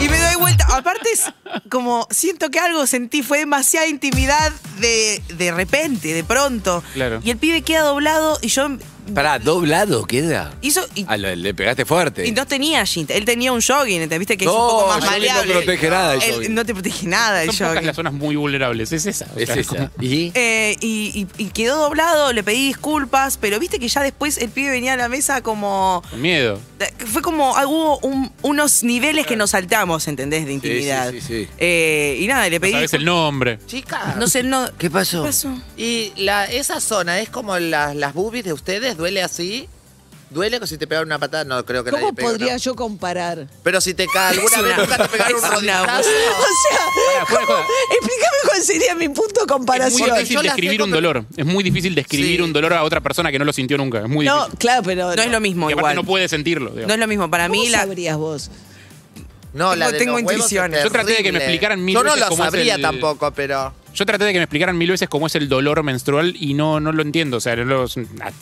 [SPEAKER 12] y me doy vuelta. Aparte es como, siento que algo sentí, fue demasiada intimidad de, de repente, de pronto.
[SPEAKER 10] Claro.
[SPEAKER 12] Y el pibe queda doblado y yo...
[SPEAKER 3] Pará, doblado queda.
[SPEAKER 12] Hizo, y,
[SPEAKER 3] Ah, lo- le pegaste fuerte.
[SPEAKER 12] y no tenía jean, él tenía un jogging, ¿viste? Que es
[SPEAKER 3] No,
[SPEAKER 12] un poco más
[SPEAKER 3] el jogging no
[SPEAKER 12] maleable.
[SPEAKER 3] protege nada, el
[SPEAKER 12] Él-
[SPEAKER 3] jogging.
[SPEAKER 12] no te protege nada el
[SPEAKER 10] Son pocas
[SPEAKER 12] jogging.
[SPEAKER 10] las zonas muy vulnerables. Es esa. o
[SPEAKER 3] Es
[SPEAKER 10] sea,
[SPEAKER 3] esa.
[SPEAKER 10] como-
[SPEAKER 3] ¿Y?
[SPEAKER 12] Eh, y, y- y quedó doblado, le pedí disculpas, pero viste que ya después el pibe venía a la mesa como...
[SPEAKER 10] Con miedo.
[SPEAKER 12] Fue como, ah, hubo un- unos niveles que nos saltamos, ¿entendés? De intimidad.
[SPEAKER 3] sí, sí, sí.
[SPEAKER 12] Eh, y nada, le pedí...
[SPEAKER 10] Sabes el nombre.
[SPEAKER 11] Chica.
[SPEAKER 12] no sé, no...
[SPEAKER 3] ¿Qué pasó?
[SPEAKER 12] ¿Qué pasó?
[SPEAKER 11] Y la, esa zona es como la- las boobies de ustedes, duele así. Duele que si te pegaron una patada, no creo que nadie
[SPEAKER 14] ¿Cómo
[SPEAKER 11] pega,
[SPEAKER 14] podría
[SPEAKER 11] ¿no?
[SPEAKER 14] yo comparar?
[SPEAKER 11] Pero si te ca-
[SPEAKER 12] Es
[SPEAKER 11] alguna vez
[SPEAKER 12] una-
[SPEAKER 11] nunca te pegaron
[SPEAKER 12] es
[SPEAKER 11] un
[SPEAKER 12] una-
[SPEAKER 11] rodillazo.
[SPEAKER 14] O sea,
[SPEAKER 10] Pará, fuera de
[SPEAKER 14] ¿cómo?
[SPEAKER 10] joda.
[SPEAKER 14] explícame cuál sería mi punto de
[SPEAKER 10] Es muy
[SPEAKER 14] comparación.
[SPEAKER 11] Bueno, yo
[SPEAKER 10] difícil
[SPEAKER 11] las
[SPEAKER 10] describir
[SPEAKER 11] tengo,
[SPEAKER 10] un
[SPEAKER 11] pero-
[SPEAKER 10] dolor. Es muy difícil describir
[SPEAKER 11] Sí.
[SPEAKER 10] un dolor a otra persona que no lo sintió nunca. Es muy
[SPEAKER 14] No,
[SPEAKER 10] difícil.
[SPEAKER 14] claro, pero.
[SPEAKER 12] No es lo mismo
[SPEAKER 10] Y aparte
[SPEAKER 12] igual.
[SPEAKER 10] no puede sentirlo. digamos.
[SPEAKER 12] No es lo mismo. Para
[SPEAKER 14] ¿Cómo
[SPEAKER 12] mí la...
[SPEAKER 14] sabrías vos?
[SPEAKER 11] No, la
[SPEAKER 12] Tengo-
[SPEAKER 11] de
[SPEAKER 12] tengo
[SPEAKER 11] los huevos es
[SPEAKER 12] intuiciones.
[SPEAKER 10] Yo traté de que me
[SPEAKER 11] terrible.
[SPEAKER 10] explicaran mil
[SPEAKER 11] Yo no
[SPEAKER 10] veces
[SPEAKER 11] lo
[SPEAKER 10] cómo es
[SPEAKER 11] sabría
[SPEAKER 10] el-
[SPEAKER 11] tampoco, pero.
[SPEAKER 10] Yo traté de que me explicaran mil veces cómo es el dolor menstrual y no, no lo entiendo. O sea, no lo- si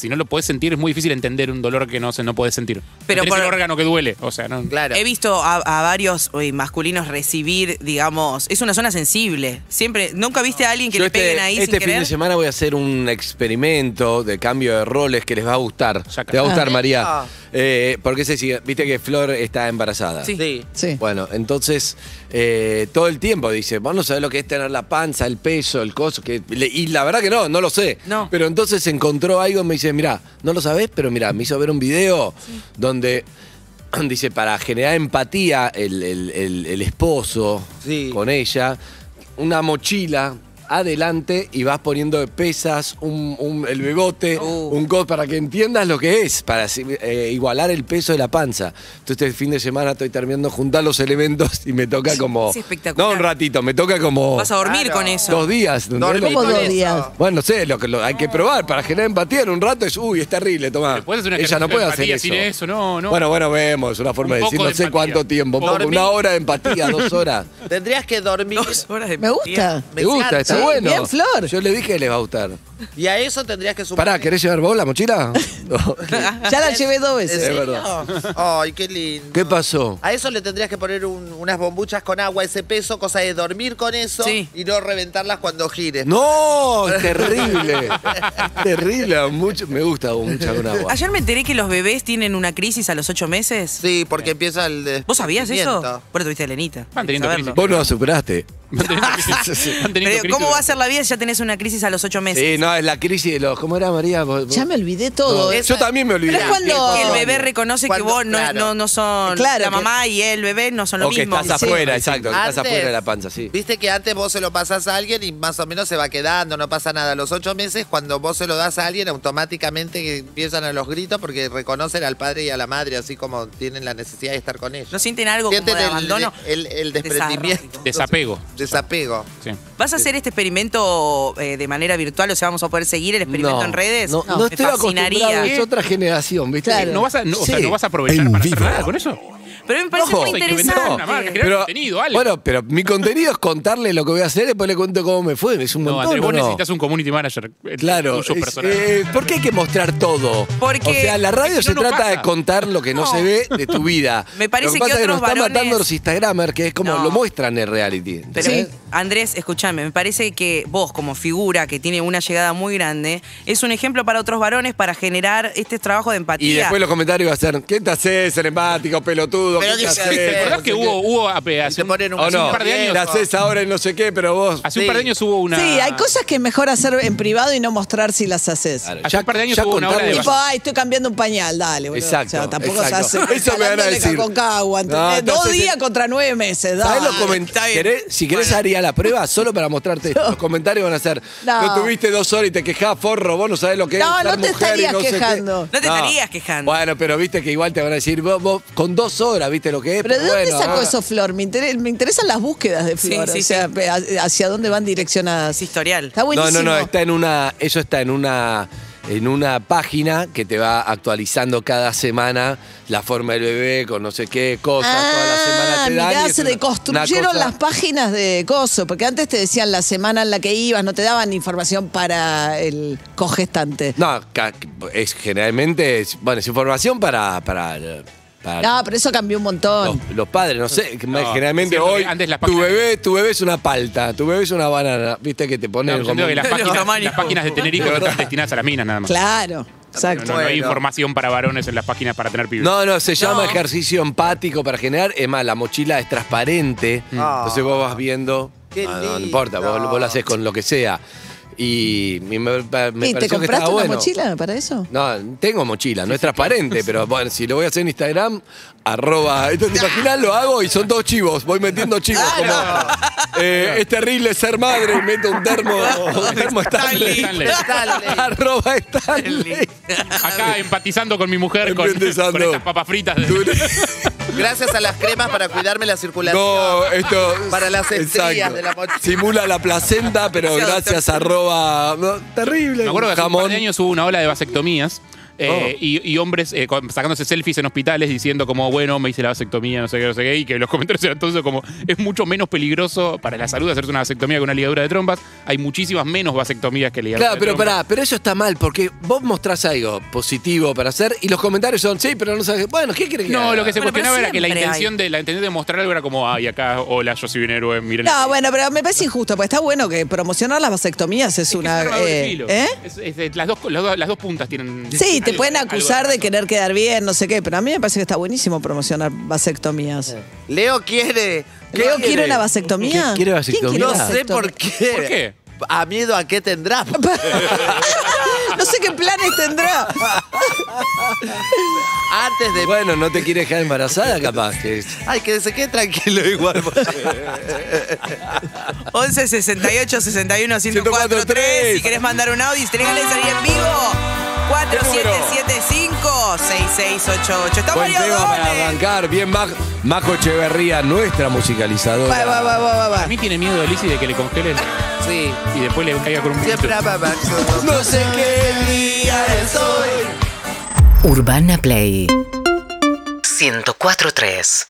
[SPEAKER 10] no lo puedes sentir, es muy difícil entender un dolor que no, se, no puedes sentir.
[SPEAKER 12] Pero
[SPEAKER 10] Pero
[SPEAKER 12] por-
[SPEAKER 10] el órgano que duele. O sea, no.
[SPEAKER 11] Claro.
[SPEAKER 12] He visto a, a varios uy, masculinos recibir, digamos, es una zona sensible. Siempre, nunca viste a alguien que
[SPEAKER 3] Yo
[SPEAKER 12] le
[SPEAKER 3] este
[SPEAKER 12] peguen ahí
[SPEAKER 3] este
[SPEAKER 12] sin
[SPEAKER 3] fin
[SPEAKER 12] querer.
[SPEAKER 3] de semana voy a hacer un experimento de cambio de roles que les va a gustar. Te va a gustar, María.
[SPEAKER 11] Ah.
[SPEAKER 3] Eh, porque se sigue. Viste que Flor está embarazada.
[SPEAKER 12] Sí.
[SPEAKER 11] Sí.
[SPEAKER 14] Sí.
[SPEAKER 3] Bueno, entonces eh, todo el tiempo dice, vos no sabés lo que es tener la panza, el peso, el coso, que, le- y la verdad que no, no lo sé.
[SPEAKER 12] No.
[SPEAKER 3] Pero entonces encontró algo y me dice, mirá, no lo sabés, pero mirá, me hizo ver un video donde dice, para generar empatía el, el- el- el esposo
[SPEAKER 11] Sí.
[SPEAKER 3] con ella, una mochila adelante y vas poniendo de pesas, un, un- el bebote,
[SPEAKER 12] Uh.
[SPEAKER 3] un codo para que entiendas lo que es, para así, eh, igualar el peso de la panza. Entonces el fin de semana estoy terminando de juntar los elementos y me toca como...
[SPEAKER 12] es espectacular.
[SPEAKER 3] No, un ratito, me toca como...
[SPEAKER 12] Vas a dormir
[SPEAKER 14] Ah,
[SPEAKER 11] Claro.
[SPEAKER 12] con eso.
[SPEAKER 3] Dos días. ¿entendés?
[SPEAKER 11] Dormí
[SPEAKER 14] ¿Cómo
[SPEAKER 11] con
[SPEAKER 14] dos
[SPEAKER 11] eso.
[SPEAKER 14] días?
[SPEAKER 3] Bueno, no sé, lo que lo- hay
[SPEAKER 14] Ah.
[SPEAKER 3] que probar para generar empatía en un rato es, uy, es terrible, tomá.
[SPEAKER 10] Pero puedes hacer un
[SPEAKER 3] Ella no
[SPEAKER 10] ejercicio
[SPEAKER 3] puede
[SPEAKER 10] de
[SPEAKER 3] hacer
[SPEAKER 10] empatía
[SPEAKER 3] eso.
[SPEAKER 10] sin eso, no, no.
[SPEAKER 3] Bueno, bueno, vemos, una forma
[SPEAKER 10] Un
[SPEAKER 3] de decir,
[SPEAKER 10] poco
[SPEAKER 3] no
[SPEAKER 10] de
[SPEAKER 3] sé
[SPEAKER 10] empatía.
[SPEAKER 3] cuánto tiempo, un poco,
[SPEAKER 11] Dormí.
[SPEAKER 3] una hora de empatía, dos horas.
[SPEAKER 11] Tendrías que dormir.
[SPEAKER 12] Dos horas de
[SPEAKER 14] Me gusta.
[SPEAKER 3] Me gusta esta Está bueno.
[SPEAKER 14] bien, Flor.
[SPEAKER 3] Yo le dije que les va a gustar.
[SPEAKER 11] Y a eso tendrías que sumar.
[SPEAKER 3] Pará, ¿querés llevar vos la mochila? No.
[SPEAKER 14] Ya la llevé dos veces.
[SPEAKER 11] ¿En
[SPEAKER 3] Es
[SPEAKER 11] serio?
[SPEAKER 3] verdad.
[SPEAKER 11] Ay, qué lindo.
[SPEAKER 3] ¿Qué pasó?
[SPEAKER 11] A eso le tendrías que poner un- unas bombuchas con agua, ese peso, cosa de dormir con eso y no reventarlas cuando gires.
[SPEAKER 3] ¡No! Terrible. terrible. Mucho, me gusta mucho con agua.
[SPEAKER 12] Ayer me enteré que los bebés tienen una crisis a los ocho meses.
[SPEAKER 11] Sí, porque empieza el.
[SPEAKER 12] ¿Vos sabías eso?
[SPEAKER 11] crecimiento.
[SPEAKER 12] Por eso viste a Lenita.
[SPEAKER 10] Van teniendo
[SPEAKER 12] Saberlo.
[SPEAKER 3] Vos no la superaste.
[SPEAKER 12] Pero, ¿Cómo va a ser la vida si ya tenés una crisis a los ocho meses?
[SPEAKER 3] Sí, no, es la crisis de los. ¿Cómo era María? Vos- vos-
[SPEAKER 14] Ya me olvidé todo.
[SPEAKER 3] No,
[SPEAKER 14] Es-
[SPEAKER 3] yo también me olvidé.
[SPEAKER 14] Pero es cuando-
[SPEAKER 12] Que el bebé reconoce
[SPEAKER 14] Cuando-
[SPEAKER 12] que vos no,
[SPEAKER 14] claro.
[SPEAKER 12] no, no son
[SPEAKER 14] Claro,
[SPEAKER 12] la
[SPEAKER 14] que-
[SPEAKER 12] mamá y el bebé no son lo
[SPEAKER 3] O que
[SPEAKER 12] mismo.
[SPEAKER 3] estás
[SPEAKER 12] Sí.
[SPEAKER 3] afuera, exacto. que
[SPEAKER 11] Antes-
[SPEAKER 3] estás afuera de la panza, sí.
[SPEAKER 11] Viste que antes vos se lo pasás a alguien y más o menos se va quedando, no pasa nada. A los ocho meses, cuando vos se lo das a alguien, automáticamente empiezan a los gritos porque reconocen al padre y a la madre, así como tienen la necesidad de estar con ellos.
[SPEAKER 12] ¿No sienten algo
[SPEAKER 11] Sienten
[SPEAKER 12] como de
[SPEAKER 11] el-
[SPEAKER 12] abandono?
[SPEAKER 11] El, el desprendimiento.
[SPEAKER 10] Desapego.
[SPEAKER 11] Desapego.
[SPEAKER 10] Sí.
[SPEAKER 12] ¿Vas a hacer este experimento eh, de manera virtual? O sea, ¿vamos a poder seguir el experimento
[SPEAKER 3] No,
[SPEAKER 12] en redes?
[SPEAKER 3] No, no,
[SPEAKER 12] Me
[SPEAKER 3] estoy acostumbrado,
[SPEAKER 12] fascinaría.
[SPEAKER 3] es otra generación, ¿viste?
[SPEAKER 12] Claro.
[SPEAKER 10] No vas a, no, o sea,
[SPEAKER 3] Sí.
[SPEAKER 10] no vas a aprovechar para hacer nada con eso.
[SPEAKER 12] Pero me parece
[SPEAKER 3] Ojo.
[SPEAKER 12] muy
[SPEAKER 10] Inventar una marca,
[SPEAKER 12] interesante.
[SPEAKER 10] crear contenido, algo.
[SPEAKER 3] Bueno, pero mi contenido es contarle lo que voy a hacer, después le cuento cómo me fue. Es un
[SPEAKER 10] No,
[SPEAKER 3] montón.
[SPEAKER 10] Andrés, vos
[SPEAKER 3] ¿o no?
[SPEAKER 10] necesitas un community manager. eh,
[SPEAKER 3] Claro.
[SPEAKER 10] tuyo
[SPEAKER 3] es-
[SPEAKER 10] personal.
[SPEAKER 3] eh, ¿Por qué hay que mostrar todo?
[SPEAKER 12] Porque-
[SPEAKER 3] o sea, la radio
[SPEAKER 12] porque si
[SPEAKER 3] se
[SPEAKER 12] no, no
[SPEAKER 3] trata de
[SPEAKER 12] pasa.
[SPEAKER 3] contar lo que no, se ve de tu vida.
[SPEAKER 12] Me parece
[SPEAKER 3] lo que,
[SPEAKER 12] que
[SPEAKER 3] pasa es que nos
[SPEAKER 12] otros
[SPEAKER 3] están matando
[SPEAKER 12] varones-
[SPEAKER 3] los Instagramers, que es como
[SPEAKER 12] No.
[SPEAKER 3] lo muestran en reality.
[SPEAKER 12] Pero, Andrés, escúchame, me parece que vos, como figura que tiene una llegada muy grande, es un ejemplo para otros varones para generar este trabajo de empatía.
[SPEAKER 3] Y después los comentarios va a ser, ¿qué te haces, empático, pelotudo?
[SPEAKER 12] Pero
[SPEAKER 3] ¿Qué te
[SPEAKER 12] dice-
[SPEAKER 3] haces?"
[SPEAKER 10] ¿Te acordás
[SPEAKER 3] No
[SPEAKER 10] que
[SPEAKER 3] sé
[SPEAKER 10] hubo,
[SPEAKER 3] qué.
[SPEAKER 10] hubo ape- hace, un,
[SPEAKER 3] ¿O
[SPEAKER 10] hace
[SPEAKER 3] no?
[SPEAKER 10] un par de años?
[SPEAKER 3] La haces ahora en no sé qué, pero vos...
[SPEAKER 10] Hace un par de años hubo una.
[SPEAKER 14] Sí, hay cosas que es mejor hacer en privado y no mostrar si las haces.
[SPEAKER 10] Hace un par de años hubo una obra de
[SPEAKER 14] Tipo,
[SPEAKER 10] Vasco.
[SPEAKER 14] ay, estoy cambiando un pañal, dale, boludo.
[SPEAKER 3] Exacto,
[SPEAKER 14] O sea, tampoco
[SPEAKER 3] exacto.
[SPEAKER 14] se hace.
[SPEAKER 3] Eso me van a
[SPEAKER 14] calándole
[SPEAKER 3] decir.
[SPEAKER 14] Aconcagua, ¿entendés?
[SPEAKER 3] No, entonces
[SPEAKER 14] Dos
[SPEAKER 3] es-
[SPEAKER 14] días contra nueve meses,
[SPEAKER 3] ¿Sabés
[SPEAKER 14] dale.
[SPEAKER 3] los coment- querés- Si querés haría la prueba solo para mostrarte. esto. Los comentarios van a ser, no.
[SPEAKER 14] No.
[SPEAKER 3] tuviste dos horas y te quejás, forro, vos no sabés lo que es
[SPEAKER 14] No,
[SPEAKER 3] ser
[SPEAKER 14] no te
[SPEAKER 3] mujer y
[SPEAKER 14] estarías
[SPEAKER 3] sé qué".
[SPEAKER 14] quejando.
[SPEAKER 12] No te estarías quejando.
[SPEAKER 3] Bueno, pero viste que igual te van a decir, vos, vos con dos horas viste lo que es.
[SPEAKER 14] Pero ¿de dónde
[SPEAKER 3] bueno, ah.
[SPEAKER 14] sacó
[SPEAKER 3] ahora-
[SPEAKER 14] eso, Flor? Me, inter- me interesan las búsquedas de
[SPEAKER 12] Sí,
[SPEAKER 14] Flor.
[SPEAKER 12] sí,
[SPEAKER 14] o sea,
[SPEAKER 12] sí.
[SPEAKER 14] pe- a- hacia dónde van direccionadas.
[SPEAKER 12] Historial.
[SPEAKER 14] Está buenísimo.
[SPEAKER 3] No, no, no, está en una, eso está en una, en una página que te va actualizando cada semana la forma del bebé con no sé qué cosas, toda la semana
[SPEAKER 14] Ah,
[SPEAKER 3] te dan. y
[SPEAKER 14] mirá,
[SPEAKER 3] es
[SPEAKER 14] se
[SPEAKER 3] una-
[SPEAKER 14] deconstruyeron
[SPEAKER 3] una cosa-
[SPEAKER 14] las páginas de coso, porque antes te decían la semana en la que ibas, no te daban información para el cogestante.
[SPEAKER 3] No, ca- es generalmente, es- bueno, es información para, para, para
[SPEAKER 14] No, pero eso cambió un
[SPEAKER 3] los,
[SPEAKER 14] montón.
[SPEAKER 3] los padres, no sé, que
[SPEAKER 10] No,
[SPEAKER 3] generalmente
[SPEAKER 10] siempre
[SPEAKER 3] hoy
[SPEAKER 10] antes las
[SPEAKER 3] tu
[SPEAKER 10] páginas-
[SPEAKER 3] bebé, tu bebé es una palta, tu bebé es una banana, viste que te
[SPEAKER 10] No,
[SPEAKER 3] ponen
[SPEAKER 10] yo
[SPEAKER 3] como
[SPEAKER 10] entiendo que las
[SPEAKER 3] un-
[SPEAKER 10] páginas, las páginas de tener hijos están destinadas a las minas nada más.
[SPEAKER 14] Claro,
[SPEAKER 10] No,
[SPEAKER 14] exacto.
[SPEAKER 10] no hay información para varones en las páginas para tener pibes.
[SPEAKER 3] No, no, se llama ejercicio empático para generar. Es más, la mochila es transparente. Entonces vos vas viendo.
[SPEAKER 11] Qué
[SPEAKER 3] Ah, no, no,
[SPEAKER 11] lindo.
[SPEAKER 3] importa, vos, vos lo haces con lo que sea. Y me, me
[SPEAKER 14] ¿Y
[SPEAKER 3] pareció
[SPEAKER 14] te
[SPEAKER 3] que
[SPEAKER 14] compraste
[SPEAKER 3] estaba
[SPEAKER 14] una
[SPEAKER 3] bueno.
[SPEAKER 14] mochila para eso?
[SPEAKER 3] No, tengo mochila, no es transparente, pero bueno, si lo voy a hacer en Instagram, arroba. Entonces, ¿te imaginas? Lo hago y son dos chivos, voy metiendo chivos. como, eh, es terrible ser madre, y meto un termo, un termo Stanley.
[SPEAKER 10] Stanley.
[SPEAKER 3] arroba Stanley.
[SPEAKER 10] Acá empatizando con mi mujer, con,
[SPEAKER 3] Empatizando.
[SPEAKER 10] con estas papas fritas. de-
[SPEAKER 11] Gracias a las cremas para cuidarme la circulación.
[SPEAKER 3] No, esto.
[SPEAKER 11] Para las estrías
[SPEAKER 3] Exacto.
[SPEAKER 11] de la mochila.
[SPEAKER 3] Simula la placenta, pero gracias, arroba. no, terrible.
[SPEAKER 10] Me acuerdo que hace un
[SPEAKER 3] Jamón.
[SPEAKER 10] par de años hubo una ola de vasectomías. eh, y, y hombres eh, con- sacándose selfies en hospitales diciendo como, bueno, me hice la vasectomía, no sé qué, no sé qué, y que los comentarios eran entonces como, es mucho menos peligroso para la salud hacerse una vasectomía que una ligadura de trompas. Hay muchísimas menos vasectomías que ligaduras
[SPEAKER 3] Claro,
[SPEAKER 10] de
[SPEAKER 3] pero
[SPEAKER 10] trompas.
[SPEAKER 3] pará, pero eso está mal, porque vos mostrás algo positivo para hacer y los comentarios son, sí, pero no sabes. Bueno, ¿qué crees que
[SPEAKER 10] No,
[SPEAKER 3] haga?
[SPEAKER 10] lo que se
[SPEAKER 12] Bueno, pero
[SPEAKER 10] cuestionaba era que la
[SPEAKER 12] siempre hay.
[SPEAKER 10] intención, de, la intención de mostrar algo era como, ay, acá, hola, yo soy un héroe, miren.
[SPEAKER 14] No, bueno, pero me parece injusto, porque está bueno que promocionar las vasectomías es una.
[SPEAKER 10] Arma de doble
[SPEAKER 14] eh,
[SPEAKER 10] filo.
[SPEAKER 14] ¿eh?
[SPEAKER 10] Es- es de- las, dos, las dos- las dos puntas tienen.
[SPEAKER 14] Sí, te
[SPEAKER 10] algo-
[SPEAKER 14] pueden
[SPEAKER 10] algo
[SPEAKER 14] acusar de
[SPEAKER 10] razón.
[SPEAKER 14] querer quedar bien, no sé qué, pero a mí me parece que está buenísimo promocionar vasectomías.
[SPEAKER 11] Leo quiere.
[SPEAKER 14] Leo quiere una vasectomía.
[SPEAKER 3] ¿Qui- quiere
[SPEAKER 14] ¿Quién
[SPEAKER 3] vasectomía?
[SPEAKER 11] No sé
[SPEAKER 14] vasectomía?
[SPEAKER 11] por qué.
[SPEAKER 10] ¿Por qué?
[SPEAKER 11] ¿A miedo a qué tendrá?
[SPEAKER 14] No sé qué planes tendrá.
[SPEAKER 11] Antes de.
[SPEAKER 3] Bueno, no te quieres dejar embarazada, capaz. Que...
[SPEAKER 11] Ay, que se quede tranquilo igual.
[SPEAKER 12] 11 68 61 1043 Si querés mandar un audio, si tenés ganas de salir en vivo,
[SPEAKER 3] Este
[SPEAKER 12] 4775 6688. Está
[SPEAKER 3] Buen
[SPEAKER 12] Mario
[SPEAKER 3] tema para
[SPEAKER 12] Doble.
[SPEAKER 3] arrancar. Bien, Maj- Majo Echeverría, nuestra musicalizadora.
[SPEAKER 14] Va, va, va, va, va, va.
[SPEAKER 10] A mí tiene miedo Lizzy de que le congelen
[SPEAKER 11] Sí.
[SPEAKER 10] y después le caiga con un
[SPEAKER 11] Siempre
[SPEAKER 10] pincho.
[SPEAKER 11] a papá. No sé qué día es hoy.
[SPEAKER 15] Urbana Play 104.3